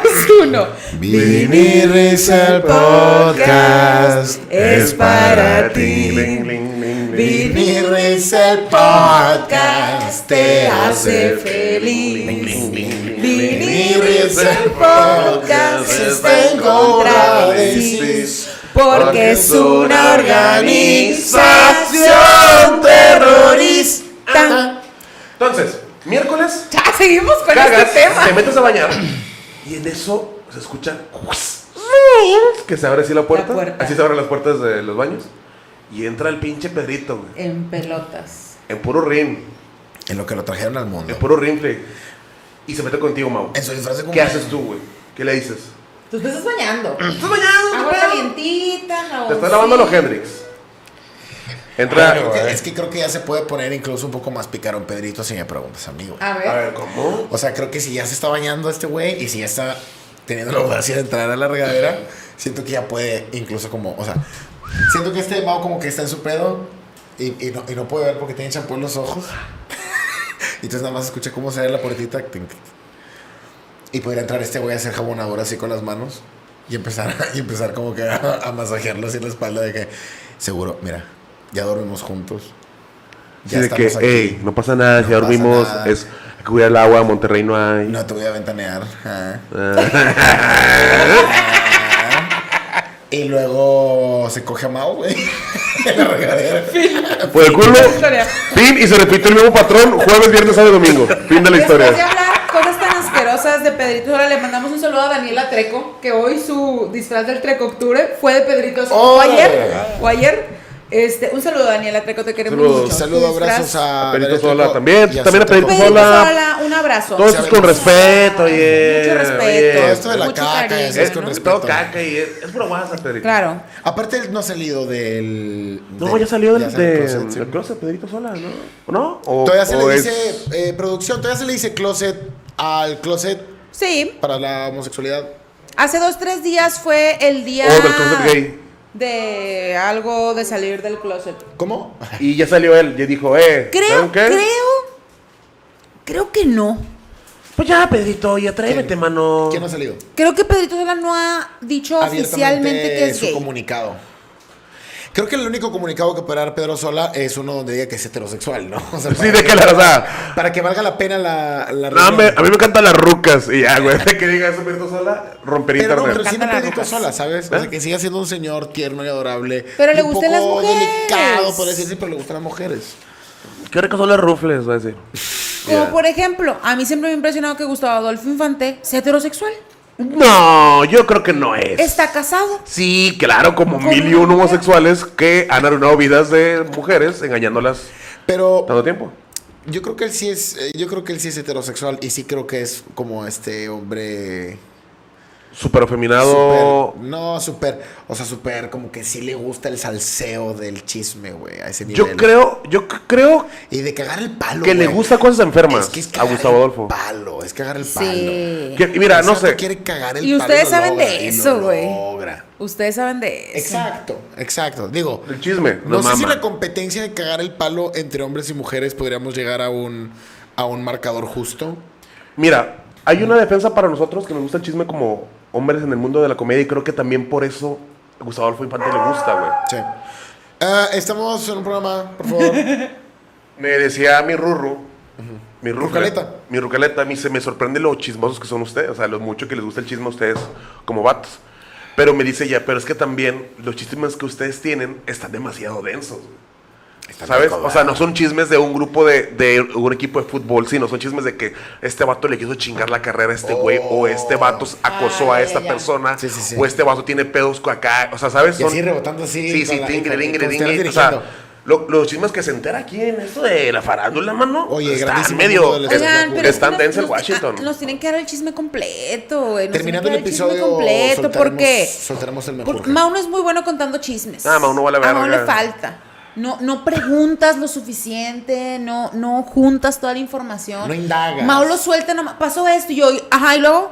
S3: uno.
S1: Vinir es el podcast.
S3: es para
S4: Ling,
S3: ti.
S4: ling, ling, ling,
S3: Vi-
S4: ling.
S1: Vinir es el podcast. Te hace.
S3: feliz.
S1: Vinir
S3: Vinir
S1: es el podcast. Está en contra de sí.
S3: Porque es una
S1: Organización
S3: organización terrorista.
S1: terrorista.
S4: Entonces, miércoles
S3: Ya, seguimos con
S4: cagas,
S3: este tema.
S4: te metes a bañar y en eso se escucha que se abre así la puerta,
S3: La puerta.
S4: así se abren las puertas de los baños y entra el pinche Pedrito, güey,
S3: En pelotas.
S4: en puro rim,
S1: En lo que lo trajeron al mundo.
S4: en puro rimple y se mete contigo, Mau.
S1: En su disfraz de
S4: ¿Qué
S1: cumpleaños.
S4: haces tú, güey? ¿Qué le dices?
S3: Tú te estás bañando.
S4: Estás bañando,
S3: Agua calientita, jabón.
S4: Te estás lavando los Hendrix. Entra.
S5: Ay,
S1: Creo
S5: güey.
S1: que- es que creo que ya se puede poner incluso un poco más picarón Pedrito si me preguntas a mí, güey.
S3: A
S4: a
S3: ver.
S4: ver, ¿cómo?
S1: O sea, creo que si ya se está bañando este güey y si ya está teniendo la audacia de entrar a la regadera, siento que ya puede incluso como, o sea, siento que este Mao como que está en su pedo y, y no, y no puede ver porque tiene champú en los ojos. Y entonces nada más escucha cómo sale la puertita. tin, tin, tin. Y podría entrar este güey a hacer jabonador así con las manos y empezar, y empezar como que a, a masajearlo así en la espalda de que, seguro, mira, ya dormimos juntos.
S4: Sí, de que,
S1: estamos aquí.
S4: "Ey, no pasa nada, si ya
S1: pasa
S4: dormimos,
S1: nada.
S4: es hay que cuidar el agua, Monterrey no hay.
S1: No te voy a ventanear. ajá. Y luego se coge a Mao, güey. En la regadera.
S4: Por el culo.
S3: Fin de la historia.
S4: Fin y se repite el mismo patrón jueves, viernes, sábado y domingo. Fin de la
S3: Después de
S4: historia.
S3: hablar cosas tan asquerosas de Pedrito, ahora le mandamos un saludo a Daniela Treco, que hoy su disfraz del Treco Octubre fue de Pedrito. O
S1: Órale.
S3: ayer, o ayer. Este, un saludo, Daniela Treco, te queremos
S4: Saludos.
S3: mucho.
S1: Saludos,
S3: Tu disfraz-
S1: abrazos a.
S4: A Pedrito
S1: Daniel
S4: Sola
S1: Trejo
S4: también,
S1: y
S4: también a
S1: Santa
S4: Pedrito
S1: Cruz.
S3: Pedrito
S4: Hola.
S3: Sola, un abrazo.
S4: Todo esto es con respeto, oye.
S3: Mucho respeto.
S4: oye.
S1: Todo esto de la
S3: mucho
S1: caca,
S3: cariño,
S1: eso es con
S3: ¿no?
S1: respeto.
S4: Todo caca y es, es pura guasa, Pedrito.
S3: Claro.
S1: Aparte, él no ha salido del.
S4: No,
S1: del-
S4: ya salió del,
S1: salió del
S4: de-
S1: closet, sí.
S4: del closet, Pedrito Sola, ¿no? ¿O no? O,
S1: Todavía se
S4: o
S1: le
S4: Oh, es-
S1: dice. eh, producción, todavía se le dice closet al closet
S3: Sí,
S1: para la homosexualidad.
S3: hace dos, tres días fue el día.
S4: O Oh, del closet gay.
S3: De algo de salir del closet.
S1: ¿Cómo?
S4: Y ya salió él, ya dijo, eh.
S3: Creo,
S4: ¿saben qué?
S3: creo. Creo que no.
S4: Pues ya, Pedrito, ya tráemete, mano.
S1: ¿Quién no ha salido?
S3: Creo que Pedrito Sola no ha dicho oficialmente
S1: Abiertamente
S3: que es
S1: su
S3: gay.
S1: comunicado. Creo que el único comunicado que puede dar Pedro Sola es uno donde diga que es heterosexual, ¿no? O sea,
S4: Sí,
S1: para
S4: de que la verdad.
S1: Para que valga la pena la, la
S4: No,
S1: reunión.
S4: me- a mí me encantan las rucas. Y ya, güey, que diga eso Pedrito Sola, rompería
S1: Pero no,
S4: internet.
S1: pero siendo
S3: Cantan las
S1: Pedrito
S3: rucas.
S1: sola, ¿sabes?
S4: ¿Eh?
S1: O sea, que siga siendo un señor tierno y adorable.
S3: Pero le
S1: Y un
S3: gustan las
S1: poco
S3: mujeres.
S1: delicado, por decirse, pero le gustan las mujeres.
S4: Qué ricos son los rufles, va a decir.
S3: Como
S4: Ya.
S3: por ejemplo, a mí siempre me ha impresionado que Gustavo Adolfo Infante sea heterosexual.
S4: No, yo creo que no es.
S3: Está casado.
S4: Sí, claro, como
S3: Como
S4: mil y un
S3: una-
S4: homosexuales que han arruinado vidas de mujeres engañándolas
S1: Pero
S4: tanto tiempo.
S1: yo creo que él sí es, eh, yo creo que él sí es heterosexual y sí creo que es como este hombre
S4: Súper afeminado.
S1: Súper- no, súper. O sea, súper como que sí le gusta el salseo del chisme, güey. A ese nivel.
S4: Yo creo, yo c- creo
S1: Y de cagar el palo.
S4: que le
S1: güey.
S4: gusta cosas enfermas
S1: Es que es
S4: a
S1: cagar
S4: Gustavo
S1: el
S4: Adolfo.
S1: Palo, es cagar el palo.
S3: Sí.
S4: Que- y mira,
S1: El
S4: no
S1: santo
S4: sé.
S1: quiere cagar el
S3: Y
S1: palo
S3: ustedes
S1: lo
S3: saben de
S1: logra, y lo
S3: eso, güey.
S1: logra.
S3: Ustedes saben de eso.
S1: Exacto, exacto. Digo,
S4: El chisme.
S1: no
S4: No,
S1: sé si
S4: mama.
S1: la competencia de cagar el palo entre hombres y mujeres podríamos llegar a un, a un marcador justo.
S4: Mira, hay una defensa para nosotros que nos gusta el chisme como hombres en el mundo de la comedia y creo que también por eso a Gustavo Adolfo Infante le gusta, güey.
S1: Sí. Ah, estamos en un programa, por favor.
S4: Me decía mi rurru, mi ruca,
S1: Rucaleta.
S4: mi rucaleta, me dice, me sorprende lo chismosos que son ustedes, o sea, lo mucho que les gusta el chisme a ustedes como vatos. Pero me dice ya, pero es que también los chismes que ustedes tienen están demasiado densos. güey". ¿Sabes? O sea, no son chismes de un grupo de, de un equipo de fútbol, sino son chismes de que este vato le quiso chingar la carrera a este güey, o este vato acosó
S3: Ah,
S4: a
S3: ya,
S4: esta
S3: ya.
S4: persona,
S1: Sí, sí, sí.
S4: o este vato tiene pedos con acá. O sea, ¿sabes?
S1: Y así rebotando así,
S4: Sí,
S1: con
S4: sí,
S1: la-
S4: tingre,
S1: con-
S4: dingre,
S1: como si estuvieras
S4: dingre. O sea,
S1: dirigiendo.
S4: lo- los chismes que se entera aquí en esto de la farándula, mano.
S1: Oye,
S4: están
S1: grandísimo
S4: medio.
S1: mundo de las-
S4: es-
S1: Oigan, pero
S4: están
S3: es que nos-
S4: Denzel
S3: nos-
S4: Washington.
S3: ah, Nos tienen que dar el chisme completo, güey. Nos
S1: Terminando el
S3: tienen que dar
S1: episodio,
S3: chisme completo,
S1: soltaremos,
S3: porque.
S1: soltaremos el
S3: Por-
S1: mejor.
S3: Mauno es muy bueno contando chismes.
S4: Ah, Mauno vale
S3: A Mauno le
S4: verga.
S3: falta. No, no preguntas lo suficiente, no, no juntas toda la información.
S1: No indagas.
S3: Mauno suelta nomás. Pasó esto y yo, ajá, y luego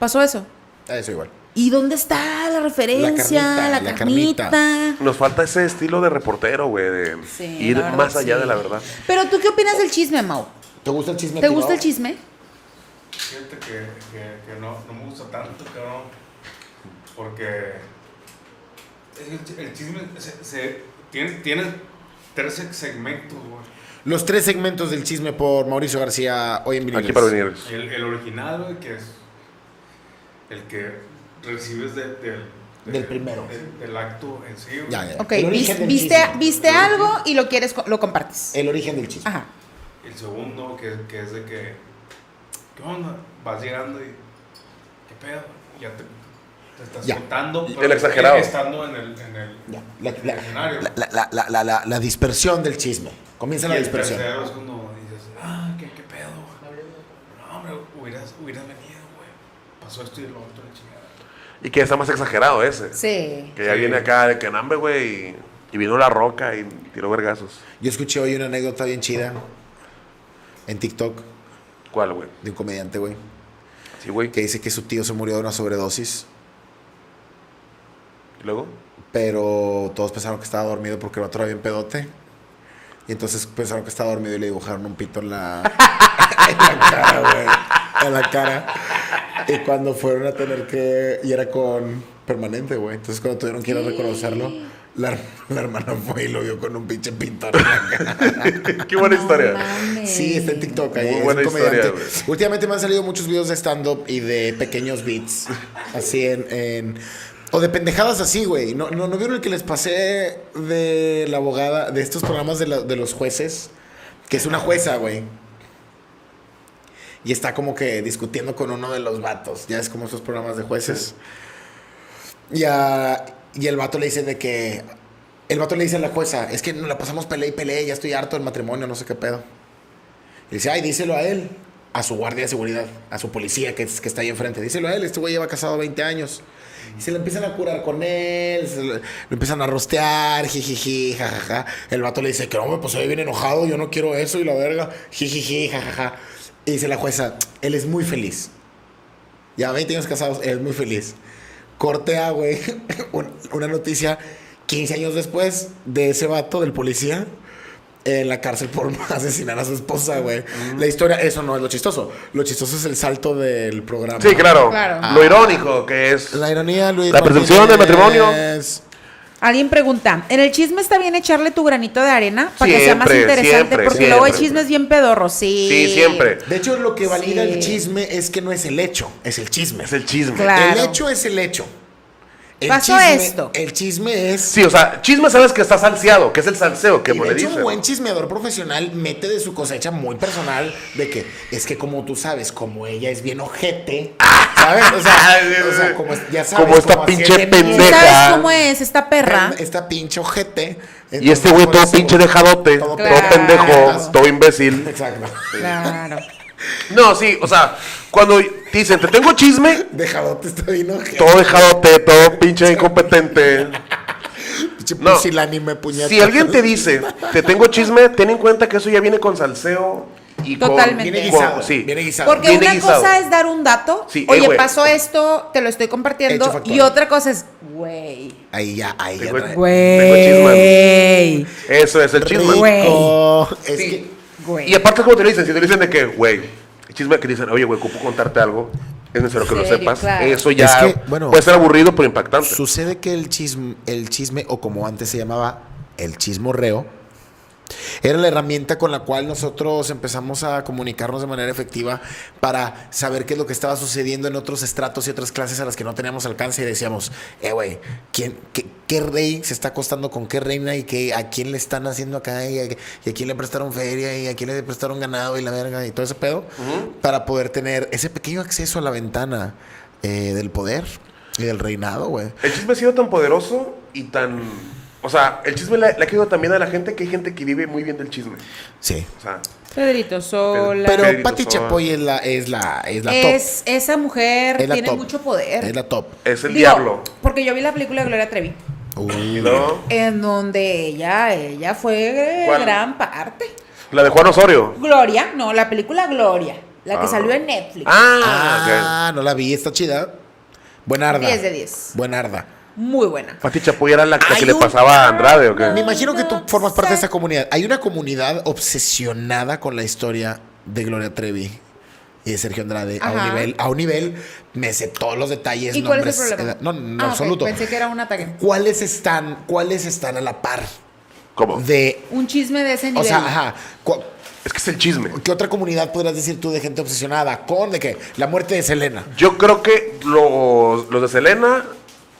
S3: pasó eso.
S1: Ah, Eso igual.
S3: ¿Y dónde está la referencia?
S1: carnita,
S3: La carnita.
S1: la carnita.
S4: Nos falta ese estilo de reportero, güey, de
S3: Sí,
S4: ir
S3: la verdad,
S4: más allá
S3: sí.
S4: de la verdad.
S3: Pero tú qué opinas del chisme, Mau?
S1: ¿Te gusta el chisme?
S3: ¿Te
S1: activado?
S3: gusta el chisme?
S5: Fíjate que, que- que no, no me gusta tanto, cabrón. Porque es el, ch- el chisme se, se- tiene, tiene tres seg- segmentos, güey.
S1: Los tres segmentos del chisme por Mauricio García hoy en Viniles.
S4: Aquí para venir.
S5: El, el original, güey, que es el que recibes de- del-
S1: Del primero.
S5: del- del acto en sí. güey.
S1: Ya, ya.
S3: Ok,
S1: El origen
S3: vis-
S1: del
S3: viste,
S1: chisme. Eh.
S3: viste algo y lo quieres, co- lo compartes.
S1: El origen del chisme.
S3: Ajá.
S5: El segundo, que, que es de que, ¿qué onda? Vas llegando y, ¿qué pedo? Ya te, te estás
S1: Ya.
S5: contando.
S4: El exagerado.
S5: Estando en el, en el,
S1: Ya. La,
S5: en el
S1: la-
S5: escenario.
S1: la- la- la- la- la- la dispersión del chisme. Comienza la
S5: y el
S1: dispersión.
S5: tercero es cuando dices, ah, ¿qué, qué pedo? güey? No, hombre, hubieras, hubieras venido, güey. Pasó esto y lo otro, la chingada.
S4: Y que está más exagerado ese.
S3: Sí.
S4: Que ya
S5: Sí.
S4: viene acá de que hambre, güey, y, y vino la roca y tiró vergazos.
S1: Yo escuché hoy una anécdota bien chida en TikTok
S4: ¿Cuál, güey?
S1: de un comediante, güey,
S4: Sí, güey.
S1: que dice que su tío se murió de una sobredosis,
S4: ¿Y luego?
S1: pero todos pensaron que estaba dormido porque el otro era bien pedote. Y entonces pensaron que estaba dormido y le dibujaron un pito en la, en la cara, güey. En la cara. Y cuando fueron a tener que. Y era con permanente, güey. Entonces cuando tuvieron que ir a reconocerlo, la, her- la hermana fue y lo vio con un pinche pintor en la cara.
S4: Qué buena
S3: No
S4: historia.
S3: mames.
S1: Sí, está en TikTok. Ahí,
S4: Muy
S1: es un
S4: buena historia,
S1: comediante.
S4: güey.
S1: Últimamente me han salido muchos videos de stand-up y de pequeños beats. Así en. en- o de pendejadas así, güey. ¿No, no, no vieron el que les pasé de la abogada, de estos programas de, la- de los jueces? Que es una jueza, güey. Y está como que discutiendo con uno de los vatos. Ya es como esos programas de jueces. Y, a- y el vato le dice de que. El vato le dice a la jueza: Es que nos la pasamos pelea y pelea, ya estoy harto del matrimonio, no sé qué pedo. Y dice, ay, díselo a él, a su guardia de seguridad, a su policía que, es- que está ahí enfrente. Díselo a él, este güey lleva casado 20 años. Y se le empiezan a curar con él, se le, lo empiezan a rostear, jijiji, jajaja. El vato le dice que no, pues se ve bien enojado, yo no quiero eso y la verga, jijiji, jajaja. Y dice la jueza, él es muy feliz. Ya 20 años casados, él es muy feliz. Cortea, güey, un- una noticia 15 años después de ese vato, del policía en la cárcel por asesinar a su esposa, güey.
S4: Mm.
S1: La historia, eso no es lo chistoso. Lo chistoso es el salto del programa.
S4: Sí, claro.
S3: Claro.
S4: Lo irónico que es.
S1: La ironía, Luis.
S4: La presunción del matrimonio.
S1: Martínez.
S3: Alguien pregunta, ¿en el chisme está bien echarle tu granito de arena para que sea más
S4: Siempre,
S3: interesante?
S4: siempre,
S3: porque luego hay
S4: siempre.
S3: chismes bien pedorros, sí.
S4: Sí, siempre.
S1: De hecho, lo que valida
S3: Sí.
S1: el chisme es que no es el hecho, es el chisme.
S4: Es el chisme.
S3: Claro.
S1: El hecho es el hecho. El
S3: Pasó
S1: chisme-
S3: esto.
S1: El chisme es.
S4: Sí, o sea, chisme sabes que está salseado, que es el salseo que
S1: Y de
S4: le
S1: hecho,
S4: dicen.
S1: un buen chismeador profesional mete de su cosecha muy personal de que es que como tú sabes, como ella es bien ojete, ¿sabes? O sea, o sea, como es- ya sabes.
S4: Como esta
S1: así es
S4: pinche
S1: de
S4: pendeja.
S1: mierda,
S4: Deja.
S3: ¿Sabes cómo es esta perra?
S1: Esta pinche ojete.
S4: Y este
S1: Entonces,
S4: güey
S1: por
S4: todo
S1: eso-
S4: pinche dejadote,
S1: todo
S4: todo
S3: Claro.
S4: pendejo, todo imbécil.
S1: Exacto.
S3: Claro.
S4: No, sí, o sea, cuando te dicen, te tengo chisme,
S1: Dejadote está bien ojete.
S4: todo dejadote, todo pinche incompetente.
S1: Pinche
S4: No.
S1: pusilánime, puñeta.
S4: Si alguien te dice, te tengo chisme, ten en cuenta que eso ya viene con salseo y con-
S3: Totalmente.
S1: Viene
S4: con-
S1: guisado.
S4: sí.
S1: Viene guisado.
S3: Porque
S4: Viene
S3: una
S4: guisado.
S3: cosa es dar un dato,
S4: Sí, eh,
S3: oye,
S4: güey.
S3: pasó esto, te lo estoy compartiendo,
S1: Hecho factual.
S3: y otra cosa es, güey,
S1: Ahí ya, ahí ya.
S4: Tengo-
S1: trae.
S3: güey,
S4: Eso es el chisme.
S3: Güey.
S1: Rico. Es
S4: Sí.
S1: que.
S3: güey.
S4: Y aparte, como te lo dicen, si te lo dicen de que, güey, el chisme que te dicen, oye, güey, ocupo contarte algo, es necesario que lo
S3: Serio,
S4: sepas.
S3: claro.
S4: Eso ya
S1: Es que, bueno,
S4: puede ser aburrido, pero impactante.
S1: Sucede que el chisme, el chisme, o como antes se llamaba, el chismorreo, era la herramienta con la cual nosotros empezamos a comunicarnos de manera efectiva para saber qué es lo que estaba sucediendo en otros estratos y otras clases a las que no teníamos alcance y decíamos, eh, güey, ¿quién, qué, qué rey se está acostando con qué reina y qué, a quién le están haciendo acá y a, y a quién le prestaron feria y a quién le prestaron ganado y la verga y todo ese pedo? Para poder tener ese pequeño acceso a la ventana eh, del poder y del reinado, güey.
S4: El chisme ha sido tan poderoso y tan. O sea, el chisme le, le ha quedado también a la gente que hay gente que vive muy bien del chisme.
S1: Sí.
S4: O sea,
S3: Pedrito Sola.
S1: Pero
S4: Pedrito
S1: Pati
S4: Sola.
S1: Chapoy es la, es la, es la
S3: es, esa mujer
S1: top. Es la
S3: tiene
S1: top.
S3: mucho poder.
S1: Es la top.
S4: es el
S3: Digo,
S4: diablo.
S3: Porque yo vi la película de Gloria Trevi,
S1: Uy.
S4: ¿No?
S3: en donde ella, ella fue
S4: ¿Cuál?
S3: gran parte.
S4: La de Juan Osorio.
S3: Gloria, no, la película Gloria, la que
S4: Ah.
S3: salió en Netflix.
S4: Ah,
S1: Ah, no la vi, está chida. Buena arda.
S3: 10 de 10.
S1: Buena arda.
S3: Muy buena.
S4: ok. Pati Chapoy era la, la
S1: Hay
S4: que le
S1: un- Ah,
S4: pasaba a Andrade, ¿o qué?
S1: Me imagino que tú formas parte de
S3: sé.
S1: esa comunidad. Hay una comunidad obsesionada con la historia de Gloria Trevi y de Sergio Andrade a un
S3: Ajá.
S1: nivel, a un nivel, me sé todos los detalles,
S3: ¿Y cuál es el
S1: nombres,
S3: problema?
S1: edad- No, no,
S3: Ah, ok,
S1: absoluto.
S3: Pensé que era un ataque.
S1: ¿Cuáles están, cuáles están a la par
S4: ¿Cómo?
S1: de,
S3: Un chisme de ese nivel.
S1: o sea, ajá, cua-
S4: Es que es el chisme.
S1: ¿Qué otra comunidad podrías decir tú de gente obsesionada con de qué? La muerte de Selena.
S4: Yo creo que los, los de Selena,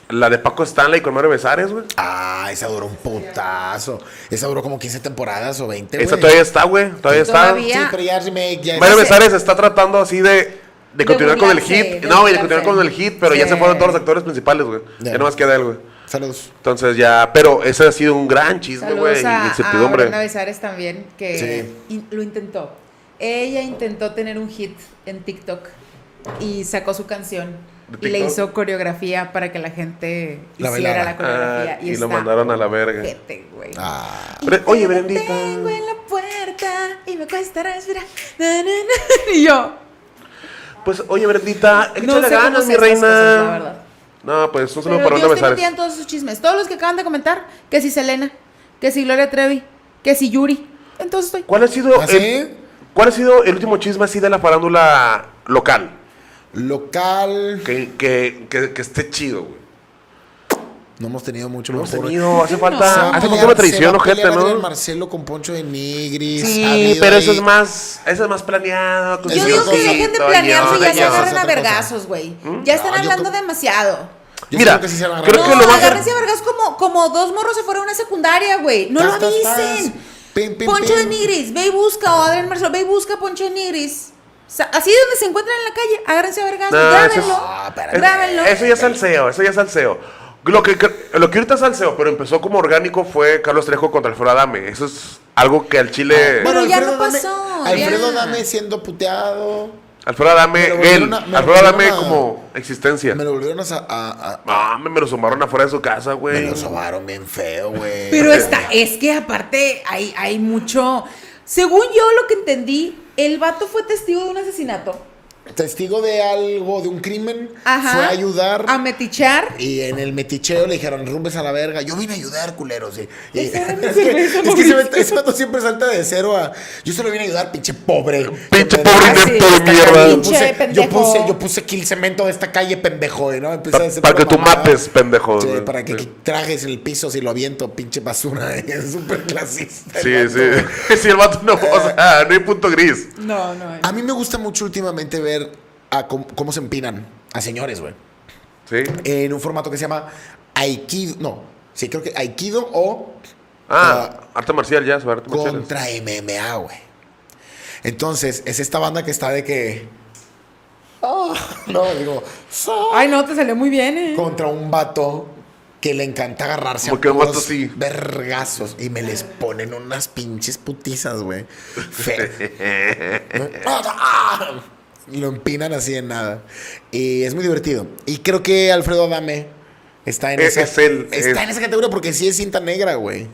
S4: la de Paco Stanley con Mario Besares, güey.
S1: Ah, esa duró un putazo. Esa duró como 15 temporadas o 20.
S4: Esa
S1: güey.
S4: todavía está, güey. Todavía está.
S3: Todavía.
S1: Sí, pero ya remake, ya.
S4: Mario
S1: ya-
S4: Besares está tratando así de, de
S3: De
S4: continuar con el
S3: burlarse,
S4: hit. no, y
S3: de
S4: de
S3: burlarse.
S4: continuar con el hit, pero ya
S3: Sí.
S4: se fueron todos los actores principales, güey.
S1: Ya.
S4: Ya nomás queda él, güey.
S1: Saludos.
S4: Entonces ya, pero ese ha sido un gran chisme, güey.
S3: Saludos
S4: y
S3: a, a
S4: Incertidumbre.
S3: Brenda Besares también, que
S1: Sí.
S3: in- lo intentó. Ella intentó tener un hit en TikTok y sacó su canción.
S4: ¿De
S3: Y le
S4: TikTok?
S3: hizo coreografía para que la gente
S1: La
S3: hiciera
S1: bailara.
S3: la
S4: Ah,
S3: coreografía.
S4: y,
S3: y
S4: lo
S3: está
S4: mandaron a la verga.
S3: ojete, güey.
S1: Ah.
S3: Y
S4: Bre-
S3: te
S4: Oye, Brendita.
S3: detengo en la puerta y me cuesta respirar. Na, na, na. Y yo.
S4: Pues, oye, Brendita,
S3: No
S4: échale
S3: sé cómo
S4: ganas,
S3: se
S4: mi
S3: hacen estas cosas, la
S4: reina.
S3: verdad.
S4: no, pues un
S3: Pero
S4: saludo para
S3: yo
S4: Brenda
S3: estoy metida
S4: Besares.
S3: en todos esos chismes. Todos los que acaban de comentar, que si Selena, que si Gloria Trevi, que si Yuri. Entonces estoy.
S4: ¿Cuál ha sido
S1: ¿Ah, sí?
S4: el, cuál ha sido el último chisme así de la farándula local?
S1: Local.
S4: Que, que, que, que esté chido, güey.
S1: No hemos tenido mucho.
S4: Lo hemos
S1: mejor.
S4: tenido, hace
S3: No.
S1: Se va
S4: falta,
S1: a
S4: Ah, hace falta
S1: pelear-
S4: una
S1: se
S4: tradición,
S1: va a
S4: ojete,
S1: pelear Adrián
S4: ¿no?
S1: Marcelo con Poncho de Nigris. Ha
S4: Sí,
S1: habido
S4: pero
S1: ahí-
S4: eso es más, eso es más planeado. con
S1: Yo
S4: su
S3: Yo digo que
S1: sí,
S3: dejen de
S4: guioncito,
S3: planearse y ya
S1: no,
S4: guión,
S3: se
S1: no,
S4: guión.
S1: es
S3: agarran
S1: otra
S3: a
S1: cosa. ¿Mm?
S3: vergazos, güey. Ya están
S1: No, yo
S3: hablando
S1: creo-
S3: demasiado.
S1: Yo
S4: Mira,
S1: creo que sí se van a
S4: creo
S1: agarrar.
S4: que lo
S3: No,
S4: más-
S3: agárrense a vergazos como, como dos morros se fueron a una secundaria, güey. No lo
S1: Tas, tas, tas.
S3: avisen.
S1: Pim, pim,
S3: Poncho de
S1: pim.
S3: Nigris, ve y busca, o Adrián Marcelo, ve y busca a Poncho de Nigris. O sea, así es donde se encuentran en la calle, agárrense a vergazos,
S4: No, eso es-
S3: grábenlo.
S1: Ah, espérate.
S3: grábenlo.
S4: Eso ya es salseo, eso ya es salseo. Lo que, lo que ahorita es salseo, pero empezó como orgánico, fue Carlos Trejo contra Alfredo Adame. Eso es algo que al
S1: Ah,
S4: Chile...
S3: Bueno, ya no
S1: Dame-
S3: pasó,
S1: Alfredo
S3: ya.
S1: Dame siendo puteado.
S4: Alfredo Adame,
S1: me lo
S4: él,
S1: volvieron a- me lo
S4: Alfredo Adame
S1: volvieron a-
S4: como existencia.
S1: Me lo volvieron a. sa- a- a-
S4: Ah, me, me lo sumaron afuera de su casa,
S1: me
S4: güey.
S1: lo sobaron bien feo, güey.
S3: Pero está, es que aparte hay, hay mucho. Según yo lo que entendí, el vato fue testigo de un asesinato.
S1: testigo de algo, de un crimen,
S3: Ajá.
S1: fue a ayudar.
S3: A metichar.
S1: y en el meticheo le dijeron, rumbes a la verga. Yo vine a ayudar, culeros. Y- y- es
S3: Ese era mi
S1: que,
S3: cerveza,
S1: es que ese
S3: Mauricio.
S1: vato- ese vato siempre salta de cero a. Yo solo vine a ayudar, pinche pobre.
S4: Pinche
S1: Que me-
S4: pobre
S1: Ah, sí,
S4: inepto de
S1: esta
S4: mierda.
S1: calle, Yo
S3: Pinche
S1: puse, yo
S3: pendejo.
S1: puse, yo puse kill cemento de esta calle, pendejo. y ¿no? Empezó
S4: Pa-
S1: a hacer
S4: para que
S1: pura
S4: tú
S1: mamada.
S4: mates, pendejo.
S1: Sí,
S4: güey.
S1: para que
S4: Sí.
S1: trajes el piso si lo aviento, pinche basura. Es súper clasista.
S4: Sí,
S1: el vato, güey.
S4: sí. Sí, el vato no, o sea, no hay punto gris.
S3: No, no.
S1: A mí me gusta mucho últimamente ver a cómo- cómo se empinan a señores, güey.
S4: Sí.
S1: en un formato que se llama Aikido. No, sí, creo que Aikido o
S4: Ah, arte marcial ya, sobre arte marcial.
S1: contra MMA, güey. Entonces, es esta banda que está de que. Ah, no, digo. so-
S3: Ay, no, te salió muy bien, eh.
S1: Contra un vato que le encanta agarrarse
S4: Porque
S1: a
S4: el vato
S1: puros
S4: sí.
S1: vergazos y me les ponen unas pinches putizas, güey. Fe. ¡Ah! Lo empinan así en nada. Y es muy divertido. Y creo que Alfredo Adame está en
S4: Eh, Es-
S1: esa
S4: es él,
S1: está
S4: es-
S1: en esa categoría porque sí es cinta negra, güey.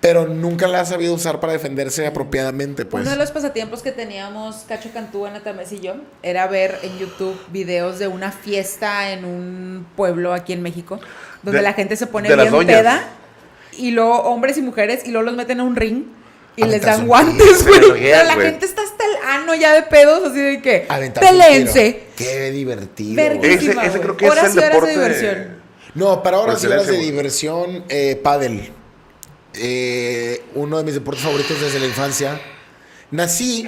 S1: Pero nunca la ha sabido usar para defenderse apropiadamente, pues.
S3: Uno de los pasatiempos que teníamos Cacho Cantú, Ana Tamés y yo era ver en YouTube videos de una fiesta en un pueblo aquí en México donde
S4: De-
S3: la gente se pone
S4: de las
S3: bien
S4: doñas.
S3: peda y luego hombres y mujeres y luego los meten a un ring
S4: Ah,
S3: y les
S1: Aventarse
S3: dan
S1: un
S3: guantes,
S4: tiro,
S3: güey.
S4: se
S3: Pero
S4: droguean,
S3: la
S4: güey.
S3: gente está hasta el ano ya de pedos, así de que
S1: Aventarse un tiro.
S3: pelense.
S1: Qué divertido. güey.
S4: Ese-
S3: Verguísima,
S4: ese
S3: güey.
S4: creo que es
S3: Horas
S4: el
S3: y horas
S4: deporte-
S3: de diversión.
S1: No, para ahora
S4: Por
S1: sí horas de
S4: excelencia, güey.
S1: diversión, eh, pádel. Eh, uno de mis deportes favoritos desde la infancia. Nací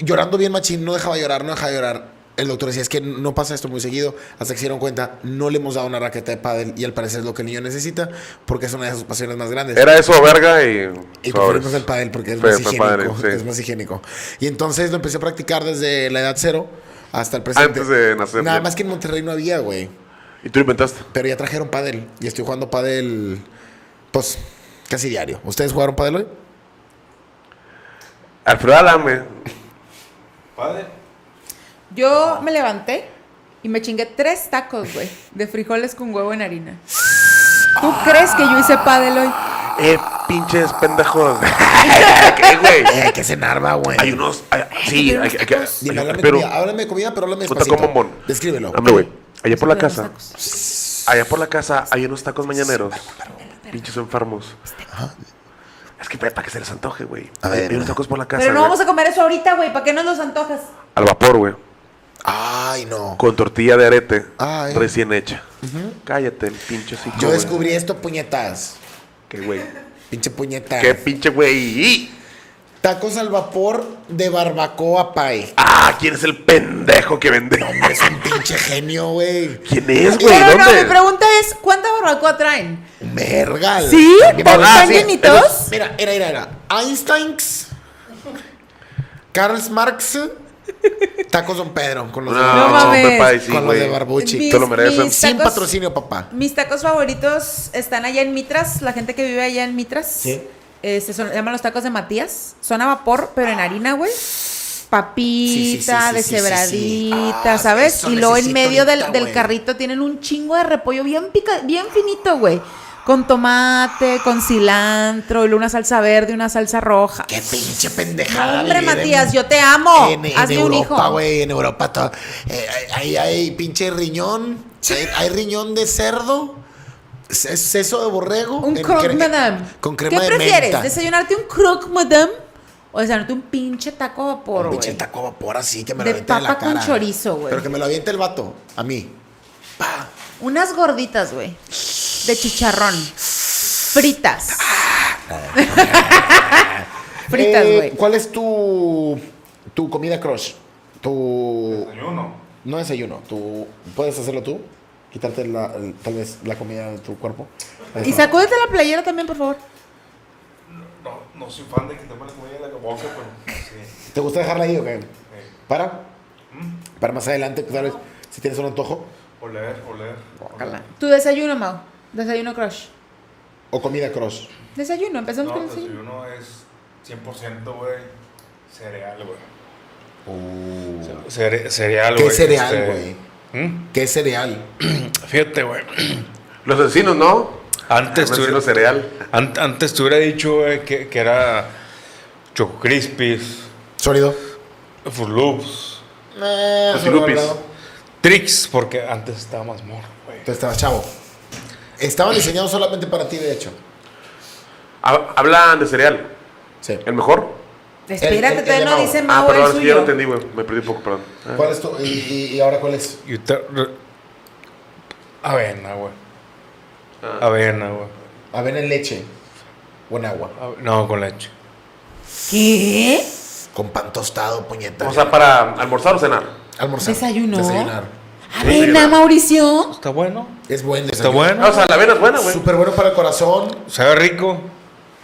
S1: llorando bien machín, no dejaba llorar, no dejaba llorar. El doctor decía, es que no pasa esto muy seguido, hasta que se dieron cuenta, no le hemos dado una raqueta de pádel y al parecer es lo que el niño necesita, porque es una de sus pasiones más grandes.
S4: Era eso, verga, y.
S1: Y
S4: sobres.
S1: preferimos el pádel porque es
S4: Fue-
S1: más
S4: fue
S1: higiénico.
S4: padre, sí.
S1: Es más higiénico. Y entonces lo empecé a practicar desde la edad cero hasta el presente.
S4: Antes de nacer,
S1: Nada
S4: ya.
S1: más que en Monterrey no había, güey.
S4: Y tú inventaste.
S1: Pero ya trajeron pádel. Y estoy jugando pádel, pues, casi diario. ¿Ustedes jugaron pádel hoy?
S4: Alfredo Alame.
S5: Padre.
S3: Yo me levanté y me chingué tres tacos, güey, de frijoles con huevo en harina. ¿Tú crees que yo hice pádel hoy?
S1: Ah,
S4: Eh, pinches pendejos. ¿Qué, güey?
S1: Eh, que se narva, güey.
S4: Hay unos. hay- sí, hay, hay que.
S1: Dime, ah,
S4: hay-
S1: háblame, de
S4: pero.
S1: comida, háblame de comida, pero háblame
S4: Puta,
S1: despacito.
S4: como bombón.
S1: Descríbelo.
S4: Hombre, güey. Allá por la
S3: Los
S4: casa.
S3: tacos.
S4: Allá por la casa hay unos tacos mañaneros. Pinches enfermos. Es que para que se les antoje, güey.
S1: A ver.
S4: Hay unos tacos por la casa.
S3: Pero no
S4: güey.
S3: vamos a comer eso ahorita, güey. ¿Para qué nos los antojas?
S4: Al vapor, güey.
S1: Ay, no.
S4: Con tortilla de arete.
S1: Ay.
S4: Recién hecha. Cállate, el pinche hocico,
S1: Ah, eh. Yo
S4: güey.
S1: descubrí esto, puñetas.
S4: Qué güey.
S1: Pinche puñetas.
S4: Qué pinche güey.
S1: Tacos al vapor de barbacoa pie.
S4: Ah, ¿quién es el pendejo que vende?
S1: Es un pinche genio, güey.
S4: ¿Quién es, güey?
S3: Pero no, mi
S4: ¿Dónde?
S3: pregunta es, ¿cuánta barbacoa traen?
S1: Verga.
S3: ¿Sí?
S1: También
S3: ¿Tan,
S4: Ah,
S3: tan
S4: sí,
S3: llenitos?
S1: Mira, era, era, era. Einsteins, Karl Marx, Tacos Don Pedro, con los,
S4: No,
S3: No mames.
S4: hombre, pa, sí,
S1: pues, con los de
S4: güey.
S1: Barbucci.
S4: Te lo mereces.
S3: mis
S1: Sin
S3: tacos-
S1: patrocinio, papá.
S3: Mis tacos favoritos están allá en Mitras, la gente que vive allá en Mitras.
S1: Sí.
S3: Eh, se son- llaman los tacos de Matías. Son a vapor, pero en harina, güey. Papita,
S1: Sí, sí, sí, sí, sí,
S3: deshebradita,
S1: sí. Ah,
S3: ¿sabes?
S1: eso
S3: Y luego en
S1: necesito
S3: medio del,
S1: ahorita,
S3: del
S1: güey.
S3: carrito tienen un chingo de repollo bien pica, bien finito, güey. Con tomate, con cilantro, y luego una salsa verde, una salsa roja.
S1: Qué pinche
S3: No,
S1: pendejada.
S3: hombre,
S1: vivir en-
S3: Matías, yo te amo.
S1: En, en
S3: Hazme un
S1: Europa,
S3: hijo.
S1: güey, en Europa. to- eh, hay, hay- hay pinche riñón. Hay, hay riñón de cerdo. ce- Seso de borrego.
S3: Un
S1: en
S3: croque,
S1: cre-
S3: madame.
S1: Con crema
S3: ¿Qué
S1: de
S3: prefieres?
S1: menta.
S3: ¿Desayunarte un croque, madame? ¿O desayunarte un pinche taco a vapor,
S1: Un
S3: güey?
S1: pinche taco a vapor así que me
S3: De
S1: lo aviente de la
S3: papa
S1: cara.
S3: con chorizo, güey.
S1: Pero que me lo aviente el vato, a mí.
S3: Unas gorditas, güey. De chicharrón. Fritas. Fritas,
S1: Eh,
S3: güey.
S1: ¿Cuál es tu, tu comida crush? Tu...
S5: Desayuno.
S1: No desayuno. Tu, ¿Puedes hacerlo tú? Quitarte la, el- tal vez la comida de tu cuerpo. Eso.
S3: y sacúdete la playera también, por favor.
S5: No, no soy fan de que te pones muy en la boca, pero sí.
S1: ¿Te gusta dejarla ahí o qué? Para.
S5: Mm.
S1: Para más adelante, pues, tal vez, si tienes un antojo.
S5: Oler, oler. oler.
S3: Tu desayuno, Mau. Desayuno crush.
S1: O comida crush.
S3: Desayuno, empezamos
S5: No, pues,
S3: con el desayuno.
S5: desayuno es 100%, güey. Cereal, güey. Cere- cereal,
S1: Uh. ¿Qué
S5: güey.
S1: cereal,
S5: este,
S1: güey?
S5: ¿Mm?
S1: ¿Qué cereal?
S5: Fíjate, güey.
S4: Los vecinos, ¿no?
S1: Ah,
S5: Antes
S4: Los
S5: tú-
S4: vecinos cereal.
S5: An- antes te hubiera dicho, güey, que, que era Choco Crispis,
S1: Sólido.
S5: Fruit Loops,
S1: Eh,
S4: Fruity Loopies.
S5: Trix, porque antes estaba más morro, güey.
S1: Tú estabas chavo. Estaban diseñados solamente para ti, de hecho.
S4: Ha- Hablan de cereal.
S1: Sí.
S4: ¿El mejor?
S1: El- el-
S3: Espérate,
S1: el
S3: todavía
S1: de
S3: no
S1: Mau.
S3: dice
S4: Ah,
S3: Mau
S4: perdón,
S3: el
S4: es que yo no
S3: suyo.
S4: entendí, güey. Me perdí un poco, perdón. Ah.
S1: ¿Cuál es tu? ¿Y, y- y ahora cuál es?
S5: Y te- re- avena, güey.
S4: Ah.
S5: Avena, güey.
S1: Avena en leche. O en agua.
S5: Ave- No, con leche.
S3: ¿Qué?
S1: Con pan tostado, puñeta.
S4: O sea, para almorzar o cenar.
S1: almorzar.
S3: ¿Desayunó?
S1: Desayunar.
S3: Avena, Mauricio.
S5: Está bueno.
S1: Es buen
S5: Está
S1: desayuno.
S5: bueno.
S4: Ah, o sea, la avena es buena, güey.
S1: Súper bueno para el corazón.
S5: Sabe rico.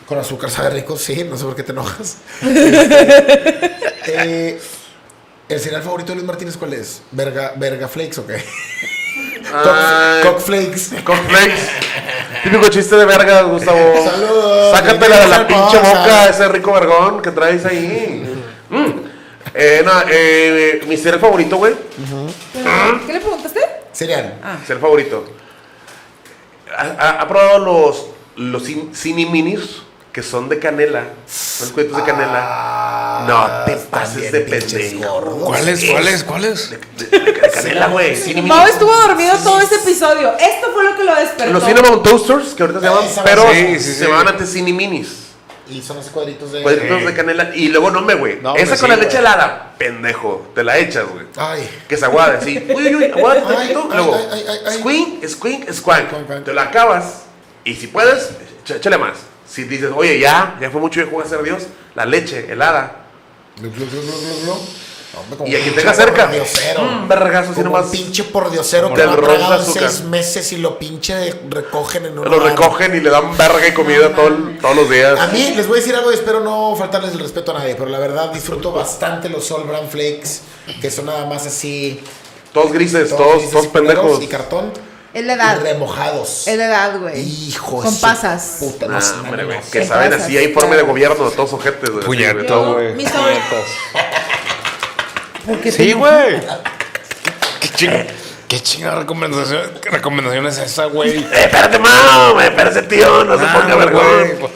S1: Con azúcar sabe rico, sí. No sé por qué te enojas. Este, eh, ¿El cereal favorito de Luis Martínez cuál es? ¿Verga, verga flakes o qué?
S4: Ay.
S1: Cockflakes.
S4: Cornflakes. Típico chiste de verga, Gustavo.
S1: Saludos.
S4: Sácatela de la
S1: Hermosa.
S4: pinche boca ese rico vergón que traes ahí. Mm. Eh, no, eh, mi cereal favorito, güey.
S1: ¿Ah?
S3: Pero, ¿Qué le preguntaste?
S1: Cereal.
S3: Ah,
S4: Cereal favorito. ¿Ha, ha- ha probado los, los cin- cini minis? Que son de canela. Son cuentos de
S1: Ah,
S4: canela. No te pases de pendejo.
S5: ¿Cuáles, cuáles, cuáles?
S4: De canela, güey. Cini
S3: Mau
S4: minis.
S3: estuvo dormido todo este episodio. Esto fue lo que lo despertó.
S4: Los cinnamon toasters, que ahorita se llaman,
S1: Esa-
S4: pero
S5: sí, sí,
S4: se
S5: sí.
S4: llamaban antes cini minis.
S1: Y son los cuadritos de.
S4: Cuadritos
S5: Sí.
S4: de canela. Y luego no me, güey.
S5: No,
S4: Esa con
S5: hombre, sí,
S4: la leche
S5: güey.
S4: helada, pendejo. Te la echas, güey.
S1: Ay.
S4: Que se aguada, sí. Uy, uy, aguada,
S1: Ay,
S4: tantito.
S1: ay,
S4: Luego,
S1: ay, ay, ay.
S4: squink, squink, squank.
S1: Squank.
S4: Te la acabas. Y si puedes, echa- échale más. Si dices, oye, ya, ya fue mucho de jugar a ser Dios, la leche helada.
S1: Glu, glu, glu, glu, glu, glu. Hombre, como
S4: Y a quien
S1: pinche
S4: tenga cerca.
S1: pordiosero.
S4: Mm, vergazo, así
S1: Como
S4: nomás.
S1: un pinche pordiosero que
S4: Del
S1: lo ha
S4: ron de
S1: tragado en
S4: azúcar.
S1: seis meses y lo pinche recogen en un
S4: Lo
S1: lugar.
S4: recogen y le dan verga y comida todo el- todos los días.
S1: A mí les voy a decir algo y espero no faltarles el respeto a nadie, pero la verdad disfruto bastante los Sol Bran Flakes, que son nada más así.
S4: Todos grises, Pues todos,
S1: grises
S4: todos,
S1: y
S4: pendejos.
S1: culeros Y cartón.
S3: Es la
S1: y
S3: edad.
S1: remojados.
S3: Es la edad, güey.
S1: Hijo de
S3: Con
S1: su
S3: pasas.
S1: Puta, no,
S4: Ah,
S1: sé,
S4: hombre,
S1: no,
S4: güey,
S1: no sé.
S4: Que saben
S3: pasas.
S4: así, hay forma de gobierno, todos ojetes, güey. así, güey.
S5: Puñeto, güey.
S3: Mi sobrino- ¿Por qué te-
S5: Sí, güey. ¿Qué, ching- qué chingada recomendación, qué recomendación es esa, güey?
S4: Eh, espérate, mao, eh, espérate, tío, no se ponga
S5: Ah,
S4: vergón.
S5: güey, pues,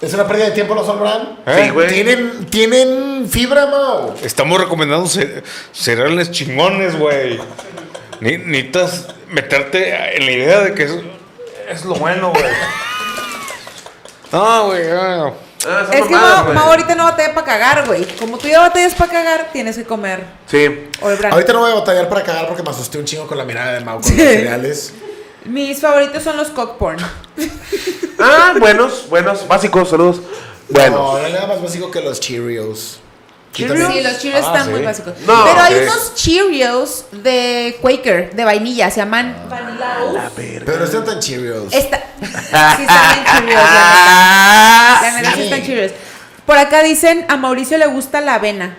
S1: Es una pérdida de tiempo los Sol Bran.
S5: ¿eh?
S4: Sí, güey.
S1: ¿Tienen, tienen fibra, Mao.
S5: Estamos recomendando ce- cereales chingones, güey. Ni, necesitas meterte en la idea de que es, es lo bueno, güey. No, güey. no.
S4: Ah, son
S3: Es que
S4: mamadas,
S3: Mau,
S4: güey.
S3: Mau ahorita no batalla para cagar, güey. Como tú ya batallas para cagar, tienes que comer.
S4: Sí.
S3: All brand.
S1: Ahorita no voy a batallar para cagar porque me asusté un chingo con la mirada de Mao con los cereales.
S3: Mis favoritos son los cock porn.
S4: Ah, buenos, buenos, básicos, saludos.
S1: No,
S4: Buenos.
S1: no hay nada más básico que los Cheerios. Yo también-
S3: Sí, los Cheerios
S5: Ah,
S3: están
S5: sí.
S3: muy básicos.
S4: No,
S3: Pero hay
S4: ok.
S3: unos Cheerios de Quaker, de vainilla, se llaman Vanilla Oats.
S1: Pero no están tan Cheerios.
S3: Esta. Sí, están bien Cheerios, la
S6: Ah,
S3: neta. La neta, sí
S1: Sí.
S3: están Cheerios. Por acá dicen, a Mauricio le gusta la avena.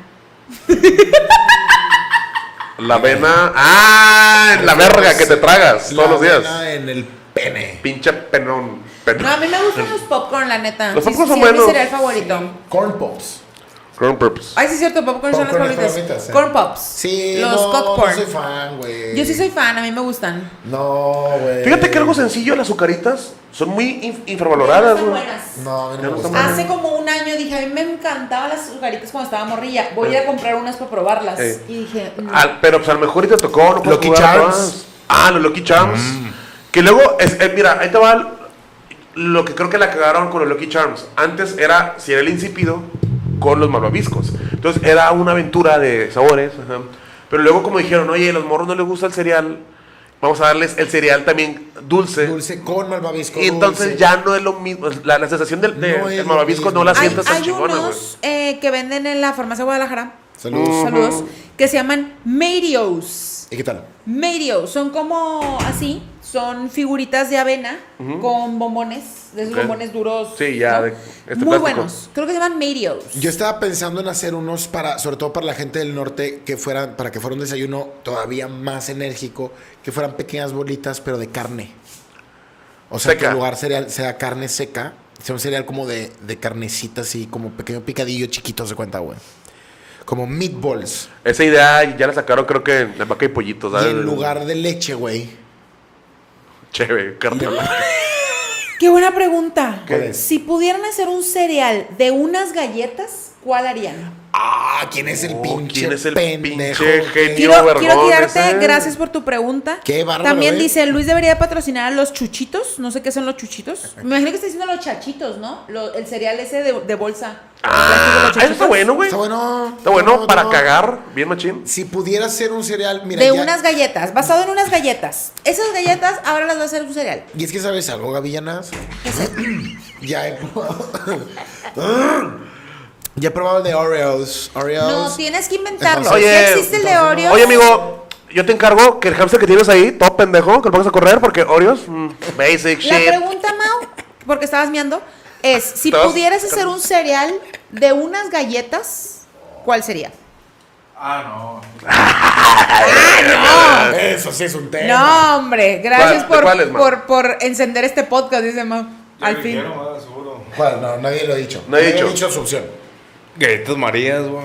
S4: La avena. Ah, la verga que te tragas
S1: La
S4: todos los días.
S1: avena En el pene.
S4: Pinche penón. penón.
S3: No, a mí me gustan los popcorn, la neta.
S4: Los
S3: Sí,
S4: popcorn
S3: sí,
S4: son
S3: es
S4: buenos.
S3: mi cereal favorito.
S1: Corn Pops.
S4: Corn Purpose.
S3: Ay, sí, es cierto, popcorn, son
S1: Popcorn
S3: los
S1: es
S3: favoritos.
S1: favoritas, eh.
S3: Corn pops.
S1: Sí,
S3: Los
S1: no,
S3: cock
S1: no
S3: porn.
S1: soy fan, güey.
S3: Yo sí soy fan, a mí me gustan.
S1: No, güey.
S4: Fíjate que algo sencillo, las azucaritas son muy inf- infravaloradas,
S3: Están
S4: güey.
S3: buenas.
S1: No, a mí no me
S4: Ya no
S1: gusta.
S4: está mal.
S3: Hace como un año dije, a mí me encantaban las azucaritas cuando estaba morrilla. Voy a ir a comprar unas para probarlas.
S4: Eh.
S3: Y dije, mm, no.
S4: Al- pero pues a lo mejor y te tocó, no puedes
S1: Lucky
S4: jugar a
S1: Charms. Mm.
S4: todas. Ah, los Lucky Charms. Que luego, es, eh, mira, ahí te va l- lo que creo que la cagaron con los Lucky Charms. Antes era si era el insípido con los malvaviscos. Entonces era una aventura de sabores. ajá. Pero luego como dijeron, oye, a los morros no les gusta el cereal, vamos a darles el cereal también dulce.
S1: Dulce con malvavisco.
S4: Y entonces
S1: dulce.
S4: ya no es lo mismo. La, la sensación del, de-
S1: No es
S4: del
S1: lo
S4: malvavisco
S1: mismo.
S4: no la
S1: Hay-
S4: sientes tan
S3: hay
S4: chingona, güey.
S3: unos eh, que venden en la farmacia de Guadalajara.
S1: Saludos.
S3: Saludos. Que se llaman Medios.
S1: ¿Y qué tal?
S3: Medios. Son como así. Son figuritas de avena con bombones. De esos
S4: Ok.
S3: bombones duros.
S4: Sí, ya, de- este plástico.
S3: Muy buenos. Creo que se llaman Medios.
S1: Yo estaba pensando en hacer unos para, sobre todo para la gente del norte, que fueran, para que fuera un desayuno todavía más enérgico, que fueran pequeñas bolitas, pero de carne. O sea, que
S4: Seca.
S1: el lugar cereal sea carne seca, sea un cereal como de, de carnecita, así como pequeño picadillo chiquito, se cuenta, güey. Como meatballs.
S4: Esa idea ya la sacaron, creo que en la vaca y pollito,
S1: Y
S4: ¿sabes?
S1: en lugar de leche, güey.
S4: Chévere, carne.
S3: Qué buena pregunta.
S1: ¿Cuál es?
S3: Si pudieran hacer un cereal de unas galletas, ¿cuál harían?
S1: Ah, ¿quién es el
S4: Oh,
S1: pinche
S4: ¿quién es el
S1: pendejo?
S4: pinche genio?
S1: güey?
S3: Quiero,
S4: vergón,
S3: quiero tirarte,
S4: ese.
S3: gracias por tu pregunta.
S1: Qué bárbaro,
S3: También
S1: ¿eh?
S3: dice, Luis debería patrocinar a los chuchitos. No sé qué son los chuchitos. Me imagino que está diciendo los chachitos, ¿no? Lo- el cereal ese de, de bolsa.
S4: Ah,
S3: Los
S4: eso está
S3: chuchitos.
S4: bueno, güey.
S1: Está bueno.
S4: Está bueno
S1: No,
S4: para
S1: no.
S4: cagar, bien machín.
S1: Si pudiera ser un cereal, mira.
S3: De
S1: ya-
S3: unas galletas, basado en unas galletas. Esas galletas ahora las va a hacer un cereal.
S1: Y es que sabes algo, Gavillanas. ya he probado. ya he probado el de Oreos. Oreos.
S3: No, tienes que inventarlo.
S1: Entonces-
S4: Oye,
S3: si existe el de
S1: entonces no.
S3: Oreo.
S4: Oye, amigo, yo te encargo que el hamster que tienes ahí, todo pendejo, que lo pongas a correr porque Oreos, mm, basic
S3: La
S4: shit.
S3: pregunta, Mau, porque estabas miando, es si
S4: Estabas-
S3: pudieras hacer un cereal de unas galletas, ¿cuál sería?
S5: Ah, no.
S1: Ah, Eso sí es un tema.
S3: No, hombre, gracias
S4: ¿Cuál-
S3: por,
S4: cuál es, ma?
S3: por, por encender este podcast, dice Mau. Al fin.
S5: seguro.
S1: ¿Cuál? No, nadie lo ha dicho.
S4: Nadie ha dicho.
S1: ha dicho su opción.
S5: Galletas Marías, güey.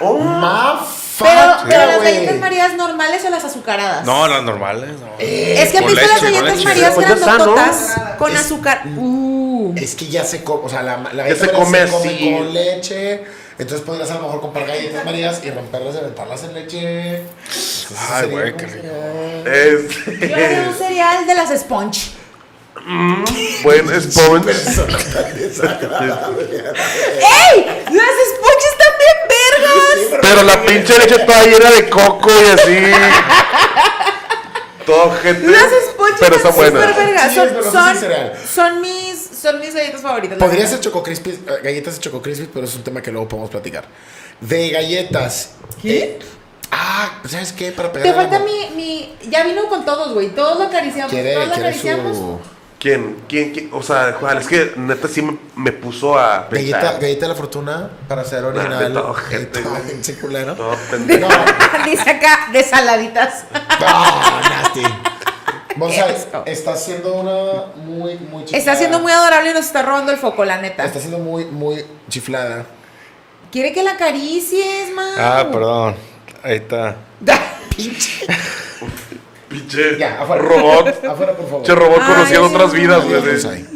S4: Oh.
S3: Pero,
S1: Mafaca,
S3: pero las
S1: Ah, güey.
S3: galletas marías normales o las azucaradas.
S5: No, las normales. No.
S3: Es que han
S5: Con
S3: visto las
S5: leche, con
S3: galletas
S5: leche.
S3: marías
S4: Pues ya está, ¿no?
S3: grandototas con
S1: Es-
S3: azúcar. Uh.
S1: Es que ya se come, o sea, la, la
S4: Ya se
S1: galleta
S4: come
S1: María se come
S4: así.
S1: con leche. Entonces podrías a lo mejor comprar galletas marías y romperlas y aventarlas en leche. Entonces,
S5: Ay,
S1: sería
S5: güey,
S1: como
S5: qué
S1: un
S5: rico.
S1: cereal.
S4: Este,
S1: Eh.
S3: Yo haré un cereal de las sponge.
S4: buen sponge.
S1: Eh.
S3: ¡Ey! ¡Las sponges están bien vergas!
S4: Pero la pinche leche toda llena de coco y así. Todo gente.
S3: Las sponges
S4: Pero
S3: están
S4: son buenas.
S3: súper vergas.
S1: Sí,
S3: Son,
S1: pero no sé
S3: son-
S1: si cereal.
S3: son mis, son mis galletas favoritas. la
S1: Podría
S3: verdad.
S1: ser Choco Crispis, eh, galletas de Choco Crispis, pero es un tema que luego podemos platicar. De galletas.
S3: ¿Qué?
S1: eh, ah, ¿sabes qué? Para pegar.
S3: Te
S1: a la
S3: falta
S1: mo-
S3: mi, mi. Ya vino con todos, güey. Todos lo acariciamos.
S1: Quiere,
S3: todos lo
S1: quiere
S3: acariciamos.
S1: su.
S4: ¿Quién? ¿Quién? ¿Quién? O sea, Juan, es que neta sí me, me puso a
S1: Galleta,
S4: pensar.
S1: galleta de la fortuna para ser original.
S4: Ah, de todo,
S1: Ahí
S4: gente,
S1: está,
S4: güey.
S1: pinche culero.
S4: Todo pendejo.
S1: No.
S3: Dice acá, de saladitas.
S1: Ah, nasty. González,
S3: asco.
S1: está haciendo una muy, muy chiflada.
S3: Está siendo muy adorable y nos está robando el foco, la neta.
S1: Está siendo muy, muy chiflada.
S3: Quiere que la acaricies, man.
S5: Ah, perdón. Ahí está.
S1: Pinche.
S4: Pinche
S1: Ya, afuera.
S4: robot.
S1: Afuera, por favor.
S4: Pinche robot
S3: Ay,
S4: conociendo
S3: sí,
S4: otras
S3: no.
S4: vidas,
S1: Adiós,
S4: güey.
S1: González.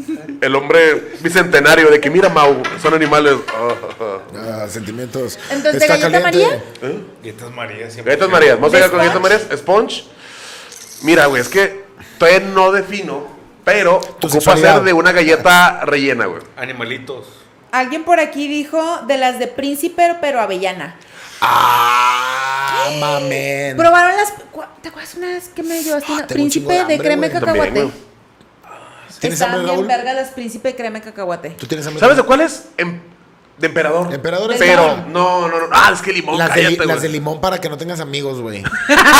S4: El hombre bicentenario de que mira, Mau, son animales. Oh, oh, oh.
S1: Ah, sentimientos.
S3: Entonces, ¿de galleta María?
S5: Galletas Marías. siempre.
S4: Galletas Marías, vamos a llegar oh. con
S3: ¿De
S4: galletas Marías. Sponge. Mira, güey, es que todavía no defino, pero ocupa
S1: sexualidad.
S4: ser de una galleta rellena, güey.
S5: Animalitos.
S3: Alguien por aquí dijo de las de príncipe, pero avellana.
S1: Ah, mamen.
S3: Probaron las. cua- ¿Te acuerdas unas que me
S4: Ah,
S3: llevaste? una?
S1: tengo un chingo
S3: príncipe
S1: de
S3: de,
S1: hambre,
S3: crema
S1: güey.
S3: de
S4: También,
S3: cacahuate.
S4: güey.
S1: ¿Tienes
S3: Estaban
S1: hambre, Raúl?
S3: bien verga las príncipe de crema de cacahuate.
S1: ¿Tú tienes hambre?
S4: ¿Sabes de cuál es? Em- de emperador.
S1: Emperador es
S4: Pero,
S1: limón.
S4: no, no, no. Ah, es que limón,
S1: Las de,
S4: cállate,
S1: li- las de
S4: güey.
S1: limón para que no tengas amigos, güey.
S4: Miren todo,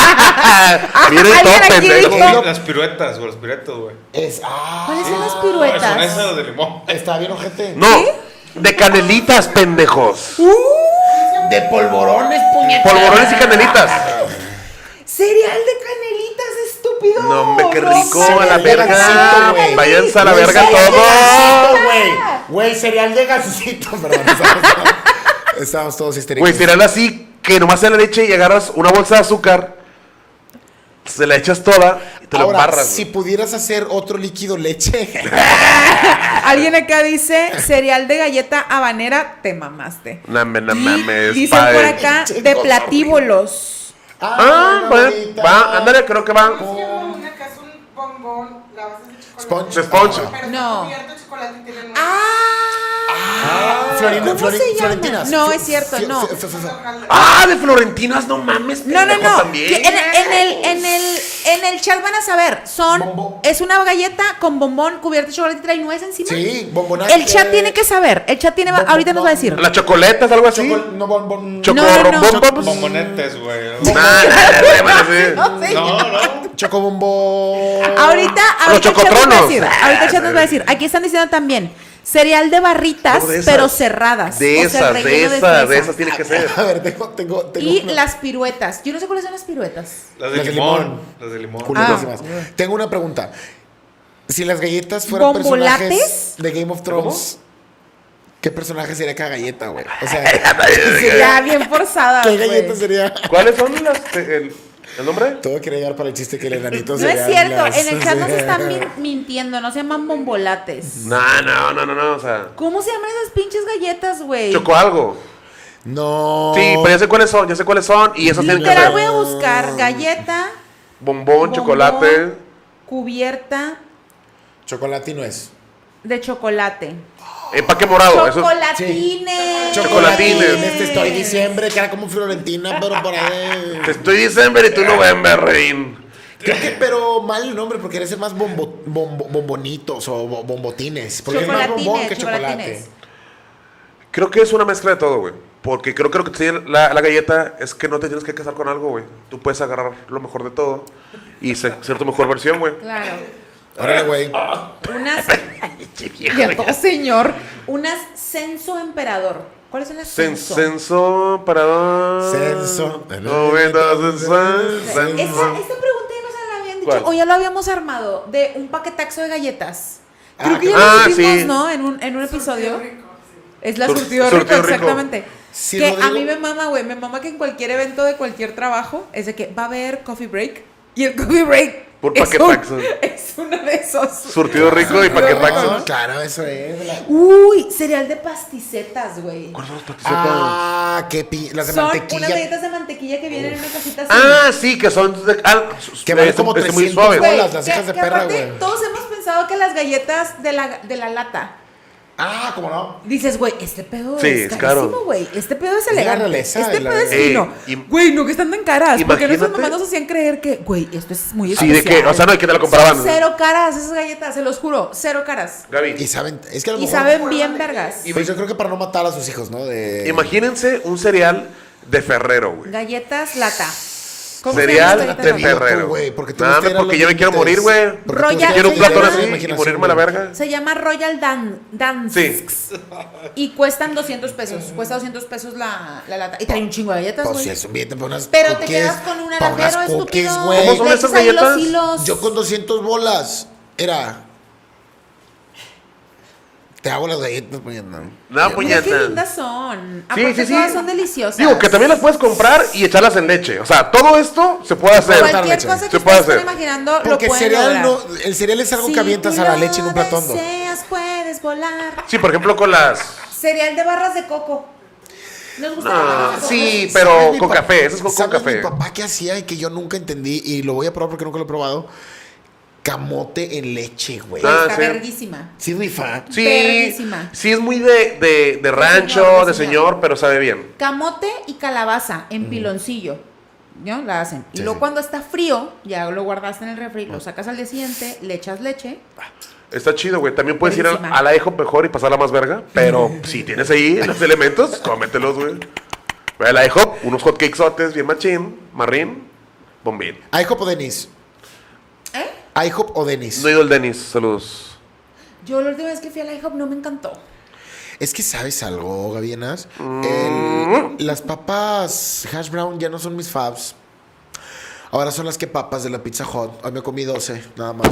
S3: Alguien Ah, aquí
S4: pendejo.
S3: dijo-
S1: lo-
S5: Las piruetas, güey. Las piruetas, güey.
S1: Es. Ah.
S3: ¿Cuáles son las
S5: Son
S3: piruetas?
S5: esas de limón.
S1: Está bien, ojete.
S4: No, de canelitas, pendejos.
S3: Uh,
S1: De polvorones, puñetas.
S4: Polvorones y canelitas.
S3: Cereal de canelitas, estúpido.
S4: No, hombre, qué rico,
S3: mames,
S4: a la
S3: de
S4: verga.
S3: gansito, güey.
S4: Váyanse a la
S3: Güey,
S4: verga
S3: cereal de
S4: todos.
S3: gansito,
S1: güey. Güey, cereal de gansito. Perdón, estábamos, estábamos todos histéricos.
S4: Güey, cereal así que nomás en la leche y agarras una bolsa de azúcar, se la echas toda y te la
S1: Ahora,
S4: embarras.
S1: si
S4: güey.
S1: pudieras hacer otro líquido leche.
S3: Alguien acá dice cereal de galleta habanera, te mamaste.
S4: No mames, no
S3: Y
S4: mames,
S3: dicen
S4: pa-
S3: por acá
S1: Pinche
S3: de
S1: cosa
S3: platíbolos.
S4: Ah, bueno,
S1: bonita.
S4: va, ándale, creo que va.
S7: Es como una que es un bombón, la base es de
S1: Sponge.
S7: chocolate.
S4: Sponge.
S7: Pero
S3: No.
S7: está cubierto de chocolate y tiene nuez.
S3: Ah.
S1: Florin-
S3: ¿Cómo
S1: Florin-
S3: se llama?
S1: Florentinas.
S3: No,
S1: Fi-
S3: es cierto,
S1: fi-
S3: no.
S1: fi- fi- fi-
S4: Ah, de Florentinas, no mames.
S3: No, no,
S4: pendejo,
S3: no.
S4: también.
S3: que En, en el, en, el, en el chat van a saber. Son
S1: Bombón.
S3: es una galleta con bombón cubierta de chocolate y trae nuez encima.
S1: Sí, bombonaje.
S3: El chat tiene que saber. El chat tiene va-
S1: Bombón.
S3: ahorita nos va a decir.
S4: Las chocoletas, algo así.
S1: Chocol- no, bombón.
S4: Choco
S3: No, no,
S4: rom-
S3: no.
S4: bom- bom-
S5: Bombonetes, güey.
S4: Nah, nah, nah, nah, nah, nah, sí.
S3: No sé.
S5: No, no.
S1: Chocobombón.
S4: Los
S3: Ahorita, ahorita el chat nos va a
S4: chocotronos.
S3: decir. Ahorita el chat nos va a decir. Aquí están diciendo también cereal de barritas,
S4: No, de esas.
S3: pero cerradas.
S4: De
S3: o sea,
S4: esas, de
S3: relleno
S4: esas, de
S3: fresa.
S4: esas tiene que ser.
S1: A ver, tengo, tengo, tengo.
S3: Y
S1: una-
S3: las piruetas. Yo no sé cuáles son las piruetas.
S5: Las de,
S1: Las de
S5: limón.
S1: limón.
S5: Las de limón.
S1: culerísimas.
S3: Ah.
S1: Tengo una pregunta. Si las galletas fueran
S3: ¿Bombolates?
S1: personajes de Game of Thrones, ¿qué personaje sería cada galleta, güey? O sea,
S3: Sería bien forzada.
S1: ¿qué
S3: Ah, güey.
S1: galleta sería?
S4: ¿Cuáles son las? El, el nombre?
S1: Todo quiere llegar para el chiste que el enanito
S3: No
S1: serían
S3: es cierto,
S1: las-
S3: en el chat nos están min- mintiendo, no se llaman bombolates.
S4: No, no, no, no, no, o sea.
S3: ¿Cómo se llaman esas pinches galletas, güey?
S4: Choco algo.
S1: No.
S4: Sí, pero ya sé cuáles son, ya sé cuáles son. Y esas tienen que
S3: Literal,
S4: ser
S3: voy a buscar galleta,
S4: bombón,
S3: bombón,
S4: chocolate.
S3: cubierta
S1: Chocolate y nuez.
S3: de chocolate.
S4: Empaque morado. Oh, Eso,
S3: Chocolatines.
S4: Chocolatines.
S1: Chocolatines, Te este estoy diciembre que era como Florentina, pero por ahí.
S4: te estoy diciembre y tú no ves, berrín.
S1: Creo que, pero mal el nombre, porque eres más bombo- bombo- bombonitos o bo- bombotines. Porque es más bombón que chocolate.
S3: Chocolatines, chocolatines.
S4: Creo que es una mezcla de todo, güey. Porque creo, creo que tiene la, la galleta es que no te tienes que casar con algo, güey. Tú puedes agarrar lo mejor de todo y se- ser tu mejor versión, güey.
S3: Claro.
S1: Órale, güey.
S4: Ah,
S3: Unas.
S4: Pinche vieja,
S3: Ya
S4: güey.
S3: todo, señor. Unas censo emperador. ¿Cuál es el
S4: Cen-
S3: ascenso?
S4: Censo para dos.
S1: Censo.
S4: Noventa, censo,
S3: Esa,
S4: censo.
S3: esta pregunta ya nos la habían dicho
S4: ¿Cuál?
S3: o ya lo habíamos armado de un paquetaxo de galletas. Creo
S1: Ah,
S3: que ya
S4: qué-
S3: lo
S4: Ah,
S3: hicimos,
S4: sí.
S3: ¿no? En un, en un episodio.
S7: Surtido rico, sí.
S3: Es la
S4: Sur-
S3: surtido rico,
S4: surtido rico.
S3: exactamente.
S1: Sí,
S3: que a
S1: Rodrigo.
S3: mí me mama, güey. Me mama que en cualquier evento de cualquier trabajo es de que va a haber coffee break. Y el coffee break
S4: Por
S3: es,
S4: paquetaxo.
S3: un- es uno de esos.
S4: Surtido rico y paquetaxo.
S1: No, claro, eso es. la-
S3: Uy, cereal de pasticetas, güey.
S4: ¿Cuáles son los paquetaxos?
S1: Ah, qué pi... Las de
S3: Son unas
S1: mantequilla.
S3: galletas de mantequilla que vienen en una casita así.
S4: Ah, sí, que son. de- ah,
S1: Que valen
S4: es-
S1: como
S4: es muy
S1: 300
S4: suave.
S1: bolas.
S3: Güey,
S1: las hijas de perra,
S3: aparte
S1: güey.
S3: Todos hemos pensado que las galletas de la, de la lata.
S1: Ah, ¿cómo no?
S3: Dices, güey, este pedo
S4: Sí,
S3: es
S4: es caro.
S3: carísimo, güey. Este pedo es
S1: Es la
S3: elegante.
S1: realeza
S3: este
S1: de la-
S3: pedo es
S4: Eh,
S3: fino.
S4: y-
S3: Güey, no que están tan caras. Porque nuestras
S4: Imagínate.
S3: mamás nos hacían creer que, güey, esto es muy
S4: Sí,
S3: especial.
S4: de que. O sea, no, y que te la compraban.
S3: Son cero caras esas galletas, se los juro. Cero caras.
S1: Y
S4: Gaby,
S1: saben, es que a lo
S3: Y
S1: mejor.
S3: saben bien vergas.
S1: Pues yo creo que para no matar a sus hijos, ¿no? De...
S4: imagínense un cereal de Ferrero, güey.
S3: Galletas lata. ¿Cómo se
S4: Cereal
S3: llama esta
S4: de
S3: galleta?
S4: Ferrero.
S1: güey, porque tú
S4: Nada,
S1: usted era
S4: porque
S1: los
S4: yo me quiero
S1: límites.
S4: morir, güey.
S1: Porque tú
S3: Royal
S1: usted
S4: Quiero un
S1: era
S4: plato
S1: la
S4: así y
S1: imaginación,
S4: morirme a la
S1: güey.
S4: verga.
S3: Se llama Royal Dan Dance. Y cuestan 200 pesos. Cuesta 200 pesos la, la lata. Y trae un chingo de galletas,
S1: Pues
S3: güey.
S1: si es un billete para unas
S3: Pero te
S1: cookies,
S3: quedas con un
S1: para unas
S3: aradero
S1: cookies,
S3: estúpido.
S1: güey.
S4: ¿Cómo son
S3: Le
S4: esas
S3: echas ahí los
S4: galletas?
S3: hilos.
S1: Yo con 200 bolas era. Te hago las galletas, pues, puñeta. Yo-
S4: No, puñe-
S3: Mira qué
S4: puñetas.
S3: lindas son.
S4: Sí,
S3: Aparte
S4: sí, sí.
S3: todas son deliciosas.
S4: Digo, que también las puedes comprar y echarlas en leche. O sea, todo esto se puede hacer.
S1: Cortar
S3: Cualquier
S1: leche.
S3: cosa que
S4: Se
S3: ustedes
S4: puede
S3: estén
S4: hacer.
S3: imaginando
S1: Porque
S3: lo
S1: el
S3: pueden
S1: cereal,
S3: lograr.
S1: no, el cereal es algo
S3: Si
S1: que avientas
S3: tú
S1: a la
S3: lo
S1: leche en un plato hondo.
S3: deseas, puedes volar.
S4: Sí, por ejemplo, con las.
S3: Cereal de barras de coco. Nos gusta la barra de
S4: No,
S3: coco?
S4: sí,
S1: ¿Sabes
S4: pero
S1: mi
S4: con
S1: pa-
S4: café. Eso es con- con
S1: ¿sabes
S4: café.
S1: mi papá qué hacía y que yo nunca entendí y lo voy a probar porque nunca lo he probado? Camote en leche, güey.
S4: Ah,
S3: Está
S4: sí.
S3: verguísima.
S1: Sí, rifa.
S4: Sí,
S3: Verguísima.
S4: sí, es muy de, de, de rancho,
S3: señor, de
S4: de
S3: señor.
S4: señor, pero sabe bien.
S3: Camote y calabaza en piloncillo. ¿No? La hacen. Y
S1: Sí, Ah.
S3: luego
S1: sí.
S3: cuando está frío, ya lo guardaste en el refri, lo sacas al día siguiente, le echas leche.
S4: Está chido, güey. También puedes ir
S3: Buenísima.
S4: a, a la Ejo mejor y pasarla más verga, pero si tienes ahí los elementos, cómetelos, güey. Ve A la Ejo, unos hotcakesotes bien machín, marrín, bombín.
S1: IHOP o Denis.
S3: ¿Eh?
S1: IHOP o Denis.
S4: No he ido el Denis, saludos.
S3: Yo la última vez que fui a la IHOP no me encantó.
S1: Es que sabes algo, Gavienas. El- las papas hash brown ya no son mis faves. Ahora son las que papas de la Pizza Hut. Hoy me comí 12, nada más.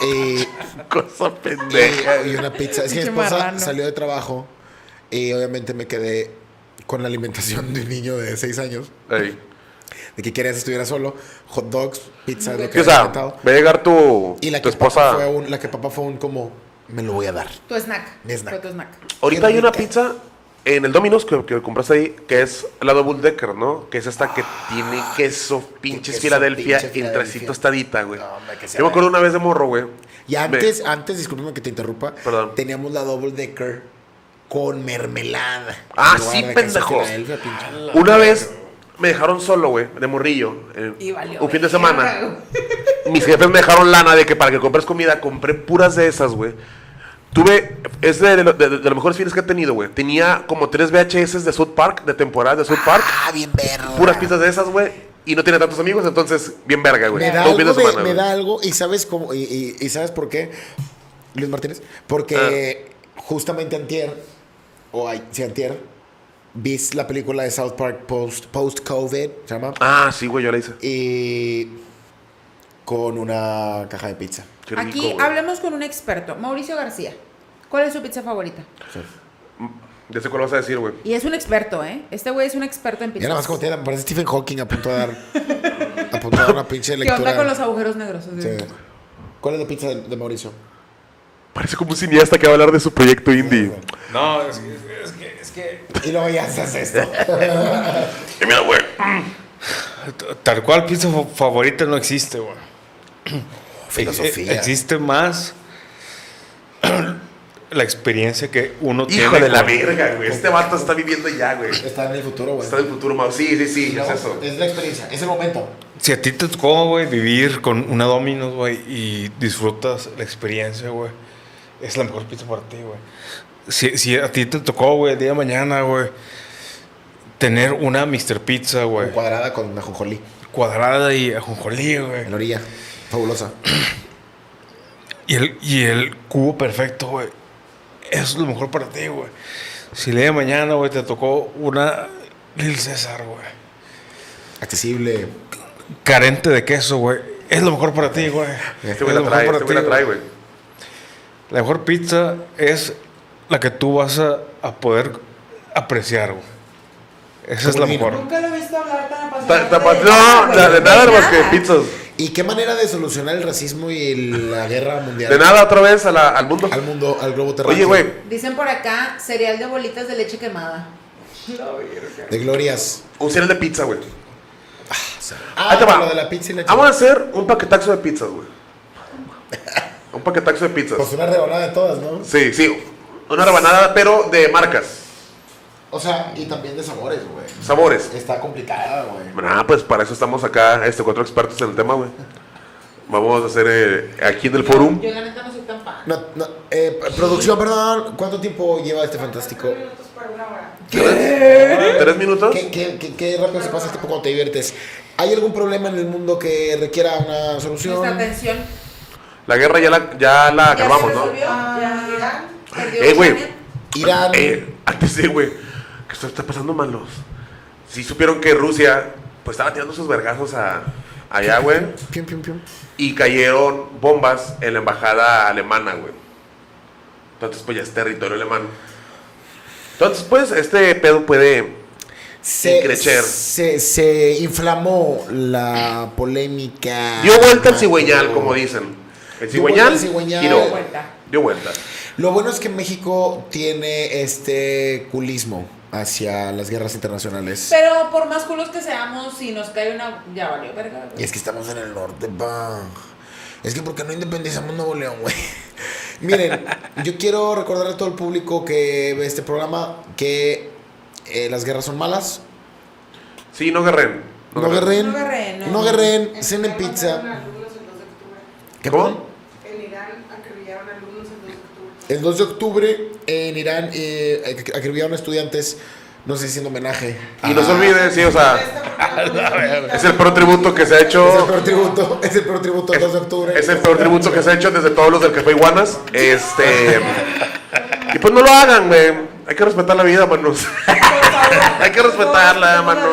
S1: y,
S4: Cosa pendeja.
S1: y- y una pizza. Es que mi
S3: Qué
S1: esposa
S3: marrano.
S1: salió de trabajo y obviamente me quedé con la alimentación de un niño de 6 años.
S4: Ey.
S1: De que querías estuviera solo. Hot dogs, pizza, lo que
S4: Sí, o
S1: había
S4: sea,
S1: inventado.
S4: va a llegar tu,
S1: Y la
S4: tu
S1: que,
S4: esposa.
S1: papá fue un, la que papá fue un como, me lo voy a dar.
S3: Tu snack.
S1: Mi snack.
S3: Fue tu snack.
S4: Ahorita
S1: Qué
S4: hay una
S1: rica.
S4: pizza en el Domino's que, que compraste ahí, que es la Double Decker, ¿no? Que es esta que tiene queso, pinches
S1: Ah, queso,
S4: Filadelfia,
S1: pinche
S4: y el
S1: Filadelfia.
S4: trecito estadita, güey.
S1: No, hombre, que sea
S4: Yo me acuerdo una vez de morro, güey.
S1: Y antes, antes, discúlpame que te interrumpa.
S4: Perdón.
S1: Teníamos la double decker con mermelada.
S4: Ah,
S1: En lugar
S4: sí,
S1: de queso
S4: pendejo.
S1: Filadelfia, pinche.
S4: Me- una vez me dejaron solo, güey, de morrillo. en
S3: Y valió
S4: un fin de
S3: verga,
S4: semana. Mis jefes me dejaron lana de que para que compres comida, compré puras de esas, güey. Tuve, es de, lo- de- de los mejores fines que he tenido, güey. Tenía como tres VHS de South Park, de temporada de South Park.
S1: Ah, bien verga.
S4: puras pizzas de esas, güey. Y no tiene tantos amigos, entonces, bien verga, güey.
S1: Me da,
S4: Todo fin
S1: algo de-
S4: semana,
S1: me
S4: güey.
S1: da algo, y sabes cómo, y, y- y sabes por qué, Luis Martínez, porque
S4: Ah.
S1: justamente antier, o ay, sí, antier, vi la película de South Park Post, Post COVID, se llama,
S4: Ah, sí, güey, yo la hice.
S1: y con una caja de pizza.
S4: Qué rico,
S3: Aquí
S4: güey.
S3: hablemos con un experto, Mauricio García. ¿Cuál es su pizza favorita?
S4: Ya sé cuál vas a decir, güey.
S3: Y es un experto, ¿eh? Este güey es un experto en
S1: Ya
S3: pizza.
S1: nada más como te me parece Stephen Hawking a punto de dar, a punto de dar una pinche
S3: ¿Qué
S1: lectura.
S3: onda con los agujeros negros?
S1: Sí. ¿Cuál es la pizza de, de Mauricio?
S4: Parece como un cineasta que va a hablar de su proyecto indie.
S5: No, es que, es que, es que-
S1: Y luego ya haces esto.
S4: Y mira, güey.
S5: t- tal cual pizza fa- favorita no existe, güey.
S1: Filosofía.
S5: Eh, Existe más la experiencia que uno tiene.
S4: Hijo de la
S5: con-
S4: verga, güey. Este vato está viviendo ya, güey.
S1: Está en el futuro, güey.
S4: Está en el futuro, Mau. Sí, sí, sí,
S1: No,
S4: es eso. Este
S1: Es la experiencia, es el momento.
S5: Si a ti te tocó, güey, vivir con una Domino's, güey, y disfrutas la experiencia, güey, es la mejor pizza para ti, güey. Si, si a ti te tocó, güey, el día de mañana, güey, tener una Mr. Pizza,
S4: Pues.
S5: güey,
S1: Cuadrada con ajonjolí
S5: cuadrada y ajonjolí, güey,
S1: en la orilla. Fabulosa.
S5: y el, y el cubo perfecto, güey, es lo mejor para ti, güey. Si lee mañana, güey, te tocó una Lil César, güey.
S1: Accesible.
S5: Carente de queso, güey. Es lo mejor para ti, güey.
S4: Este güey la trae, este güey la trae, güey.
S5: La mejor pizza es la que tú vas a, a poder apreciar, güey. Esa es la
S1: Como
S5: mejor.
S3: Nunca lo he visto hablar tan
S4: Ta-
S3: apasionado.
S4: ta- No, la- de nada más que pizzas.
S1: ¿Y qué manera de solucionar el racismo y el- la guerra mundial?
S4: De nada otra vez a la- al mundo.
S1: Al mundo, al globo terráqueo.
S4: Oye, güey,
S3: Dicen por acá, cereal de bolitas de leche quemada.
S1: De glorias.
S4: un cereal de pizza, güey.
S1: Ah,
S4: Ahí te va.
S1: lo de la pizza y la
S4: Vamos a
S1: chica.
S4: hacer un paquetaxo de pizzas, güey. Un paquetaxo de pizzas.
S1: Pues una rebanada de todas, ¿no?
S4: Sí, sí. Una rebanada, pero de marcas,
S1: O sea, y también de sabores, güey.
S4: sabores.
S1: Está complicada, güey.
S4: Nah, pues para eso estamos acá, este, cuatro expertos en el tema, güey. Vamos a hacer eh, aquí en el forum.
S3: Yo la neta no soy tan fan.
S1: No, no, eh, producción, perdón. ¿Cuánto tiempo lleva este fantástico?
S7: minutos para una hora.
S4: ¿Tres minutos?
S1: ¿Qué, qué, qué, qué rápido se pasa el tiempo cuando te diviertes? ¿Hay algún problema en el mundo que requiera una
S3: Nuestra
S1: solución?
S3: atención.
S4: La guerra ya la, ya la
S3: Ya
S4: acabamos,
S3: se
S4: ¿no?
S3: resolvió,
S7: Ah,
S3: ya.
S7: Irán,
S3: Perdió
S4: Eh, güey.
S3: Ucrania.
S1: Irán.
S4: Eh, antes sí, güey. Que esto está pasando malos. Sí supieron que Rusia, pues estaba tirando sus vergazos a, allá, güey.
S1: Pium, pium, pium.
S4: Y cayeron bombas en la embajada alemana, güey. Entonces, pues ya es territorio alemán. Entonces, pues, este pedo puede... Sin
S1: Se,
S4: crecer.
S1: se, se inflamó la polémica.
S4: Dio vuelta el cigüeñal, como dicen. El
S1: Dio vuelta
S4: cigüeñal,
S1: el cigüeñal.
S4: giró.
S3: Dio vuelta.
S4: Dio vuelta.
S1: Lo bueno es que México tiene este culismo hacia las guerras internacionales.
S3: Pero por más culos que seamos, si nos cae una. Ya valió, verga. güey.
S1: Y es que estamos en el norte, pa. Es que porque no independizamos Nuevo León, güey. Miren, yo quiero recordar a todo el público que ve este programa que eh, las guerras son malas.
S4: Sí, no guerren.
S1: No, guerreen.
S3: No guerreen, no.
S1: No guerreen.
S7: en
S1: Cenen
S7: Irán mataron a
S1: pizza.
S7: alumnos el 2 de octubre.
S1: ¿Qué
S4: ¿Cómo?
S1: perdón?
S7: En Irán acribillaron alumnos el 2 de octubre.
S1: El 2 de octubre en Irán eh, ac- acribillaron a estudiantes, no sé, haciendo homenaje.
S4: Y no se olvide, sí, o sea,
S7: sea,
S4: es el peor tributo que se ha hecho.
S1: Es el peor tributo, es el peor tributo al 2 de octubre.
S4: Es el peor tributo que se ha hecho desde todos los del Café Iguanas. Este. Y pues no lo hagan, güey. Hay que respetar la vida, manos. Hay que respetarla, manos.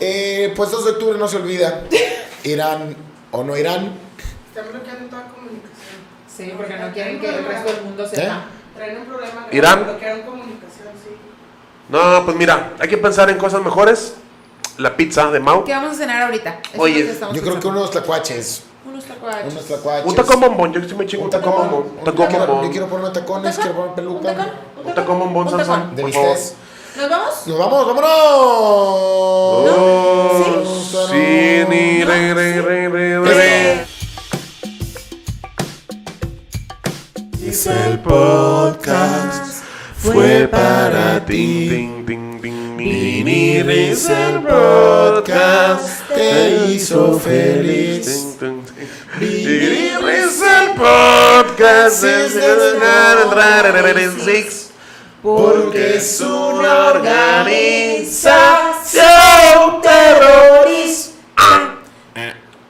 S1: Eh, pues 2 de octubre no se olvida. Irán o no Irán.
S7: Están bloqueando toda comunicación.
S3: Sí, porque no quieren que el resto del mundo
S1: ¿Eh?
S3: sepa.
S7: Traen un problema. grave,
S4: Irán.
S7: Bloquearon comunicación, sí.
S4: No, pues mira, hay que pensar en cosas mejores. La pizza de Mau.
S3: ¿Qué vamos a cenar ahorita? Eso
S4: Oye,
S3: es lo que estamos
S1: Yo creo que
S3: pensando.
S1: unos tlacuaches.
S3: Unos tacuaches.
S1: Unos tlacuaches.
S4: Un tacón bombón, yo sí me chingo
S1: Un
S4: un tacón
S1: tacón.
S4: bombón.
S1: Un
S4: Un tacón
S1: quiero- Yo
S4: bombón.
S1: quiero poner tacones, quiero poner
S3: ¿Un tacón?
S1: peluca.
S4: Un tacón bombón,
S3: ¿Un tacón?
S4: Sansón.
S1: De
S4: Por favor.
S1: bistecs.
S3: ¿Nos vamos?
S1: Nos vamos, vámonos.
S4: Oh, sí, ni re, re, re, re, re.
S1: Es el podcast. Fue para ti.
S4: Ding, ding, ding, ding.
S1: Vinilis el podcast. Te hizo feliz.
S4: Ding, ding.
S1: Vinilis
S4: Vinilis el podcast.
S1: es el
S4: Six.
S1: Porque es una
S4: organización terrorista.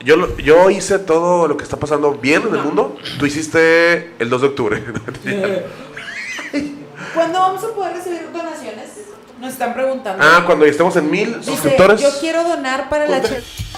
S4: Yo, lo- yo hice todo lo que está pasando bien en el mundo. Tú hiciste el 2 de octubre.
S3: ¿Cuándo vamos a poder recibir donaciones? Nos están preguntando.
S4: ah, cuando estemos en mil
S3: Dice,
S4: suscriptores.
S3: Yo quiero donar para la
S1: Ponte-
S3: Che-